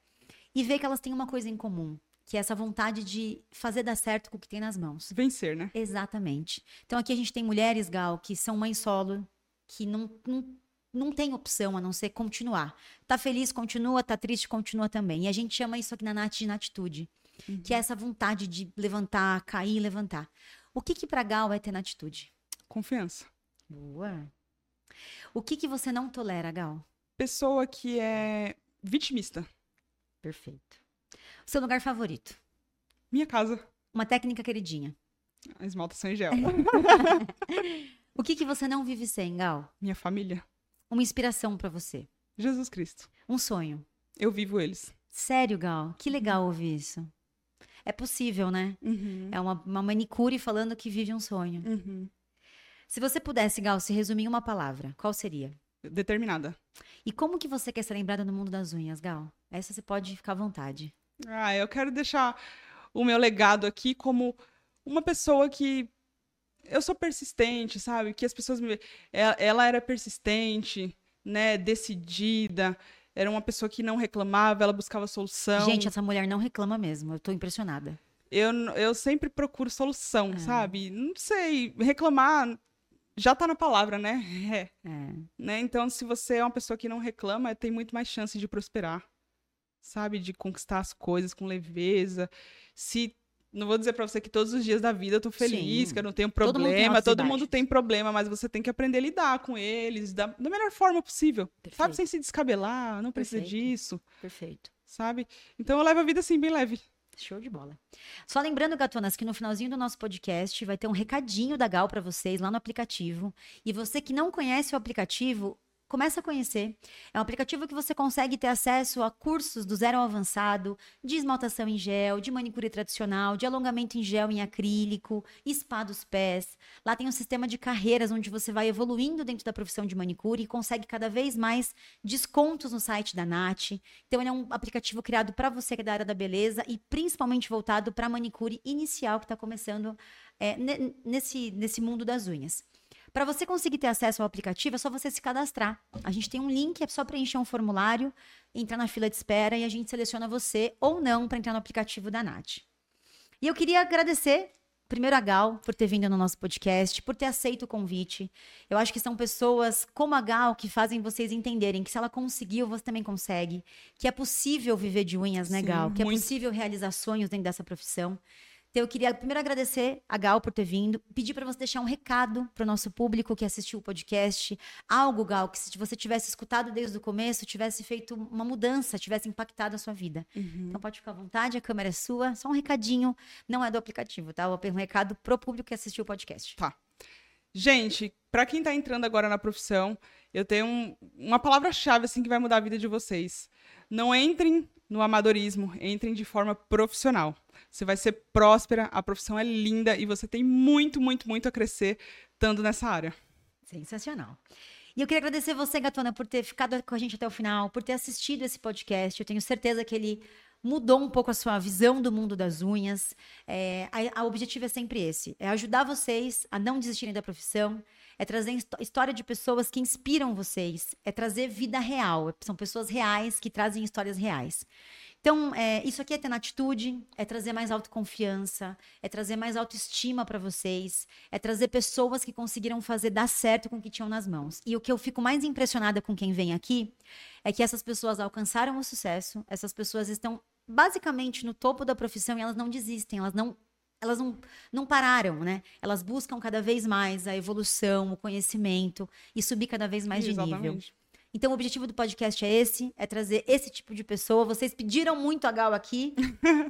e vê que elas têm uma coisa em comum, que é essa vontade de fazer dar certo com o que tem nas mãos. Vencer, né? Exatamente. Então aqui a gente tem mulheres, Gal, que são mães solo, que não, não, não tem opção a não ser continuar. Tá feliz, continua, tá triste, continua também. E a gente chama isso aqui na Nath de Natitude, Uhum. que é essa vontade de levantar, cair e levantar. O que que pra Gal é ter Natitude? Confiança. Boa. O que que você não tolera, Gal? Pessoa que é vitimista. Perfeito. O seu lugar favorito? Minha casa. Uma técnica queridinha. Esmaltação em gel. O que que você não vive sem, Gal? Minha família. Uma inspiração pra você. Jesus Cristo. Um sonho. Eu vivo eles. Sério, Gal, que legal ouvir isso. É possível, né? Uhum. É uma, uma manicure falando que vive um sonho. Uhum. Se você pudesse, Gal, se resumir em uma palavra, qual seria? Determinada. E como que você quer ser lembrada no mundo das unhas, Gal? Essa você pode ficar à vontade. Ah, eu quero deixar o meu legado aqui como uma pessoa que eu sou persistente, sabe? Que as pessoas me ela, ela era persistente, né, decidida, era uma pessoa que não reclamava, ela buscava solução. Gente, essa mulher não reclama mesmo. Eu tô impressionada. Eu, n- eu sempre procuro solução, sabe? Não sei, reclamar já tá na palavra, né? É. É. Né? Então, se você é uma pessoa que não reclama, tem muito mais chance de prosperar, sabe? De conquistar as coisas com leveza. Se não vou dizer pra você que todos os dias da vida eu tô feliz, Sim. que eu não tenho Todo mundo tem problema, altos e todo mundo tem, baixos. problema, mas você tem que aprender a lidar com eles da, da melhor forma possível, sabe? Sem se descabelar, não precisa Perfeito. disso, Perfeito. sabe? Então eu levo a vida assim, bem leve. Show de bola. Só lembrando, gatonas, que no finalzinho do nosso podcast vai ter um recadinho da Gal para vocês lá no aplicativo. E você que não conhece o aplicativo, começa a conhecer. É um aplicativo que você consegue ter acesso a cursos do zero ao avançado, de esmaltação em gel, de manicure tradicional, de alongamento em gel em acrílico, spa dos pés. Lá tem um sistema de carreiras onde você vai evoluindo dentro da profissão de manicure e consegue cada vez mais descontos no site da Nath. Então, ele é um aplicativo criado para você que é da área da beleza e principalmente voltado para a manicure inicial que está começando é, ne- nesse, nesse mundo das unhas. Para você conseguir ter acesso ao aplicativo, é só você se cadastrar. A gente tem um link, é só preencher um formulário, entrar na fila de espera e a gente seleciona você ou não para entrar no aplicativo da Nath. E eu queria agradecer, primeiro, a Gal, por ter vindo no nosso podcast, por ter aceito o convite. Eu acho que são pessoas como a Gal que fazem vocês entenderem que se ela conseguiu, você também consegue. Que é possível viver de unhas, né, Sim, Gal? Que é muito. possível realizar sonhos dentro dessa profissão. Então, eu queria primeiro agradecer a Gal por ter vindo, pedir para você deixar um recado para o nosso público que assistiu o podcast. Algo, Gal, que se você tivesse escutado desde o começo, tivesse feito uma mudança, tivesse impactado a sua vida. Uhum. Então, pode ficar à vontade, a câmera é sua. Só um recadinho, não é do aplicativo, tá? Um recado pro público que assistiu o podcast. Tá. Gente, para quem tá entrando agora na profissão, eu tenho um- uma palavra-chave assim que vai mudar a vida de vocês. Não entrem no amadorismo, entrem de forma profissional. Você vai ser próspera, a profissão é linda e você tem muito, muito, muito a crescer estando nessa área. Sensacional. E eu queria agradecer você, Gatona, por ter ficado com a gente até o final, por ter assistido esse podcast. Eu tenho certeza que ele mudou um pouco a sua visão do mundo das unhas. É, a, a- o objetivo é sempre esse: é ajudar vocês a não desistirem da profissão, é trazer histó- história de pessoas que inspiram vocês, é trazer vida real. é, São pessoas reais que trazem histórias reais. Então, é, isso aqui é ter na atitude, é trazer mais autoconfiança, é trazer mais autoestima para vocês, é trazer pessoas que conseguiram fazer dar certo com o que tinham nas mãos. E o que eu fico mais impressionada com quem vem aqui é que essas pessoas alcançaram o sucesso, essas pessoas estão basicamente no topo da profissão e elas não desistem, elas não elas não, não pararam, né? Elas buscam cada vez mais a evolução, o conhecimento e subir cada vez mais de nível. Exatamente. Então, o objetivo do podcast é esse, é trazer esse tipo de pessoa. Vocês pediram muito a Gal aqui,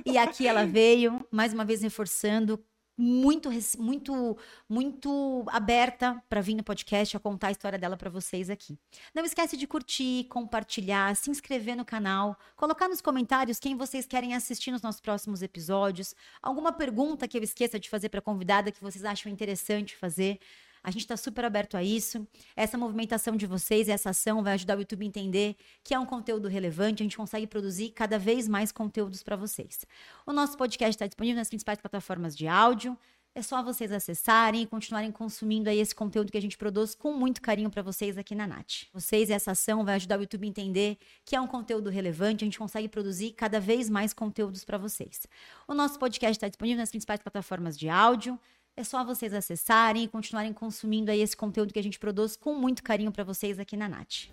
e aqui ela veio, mais uma vez reforçando, muito, rec- muito, muito aberta para vir no podcast, a contar a história dela para vocês aqui. Não esquece de curtir, compartilhar, se inscrever no canal, colocar nos comentários quem vocês querem assistir nos nossos próximos episódios, alguma pergunta que eu esqueça de fazer para convidada que vocês acham interessante fazer. A gente está super aberto a isso. Essa movimentação de vocês, essa ação vai ajudar o YouTube a entender que é um conteúdo relevante, a gente consegue produzir cada vez mais conteúdos para vocês. O nosso podcast está disponível nas principais plataformas de áudio. É só vocês acessarem e continuarem consumindo aí esse conteúdo que a gente produz com muito carinho para vocês aqui na Nath. Vocês, essa ação vai ajudar o YouTube a entender que é um conteúdo relevante, a gente consegue produzir cada vez mais conteúdos para vocês. O nosso podcast está disponível nas principais plataformas de áudio. É só vocês acessarem e continuarem consumindo aí esse conteúdo que a gente produz com muito carinho para vocês aqui na Nath.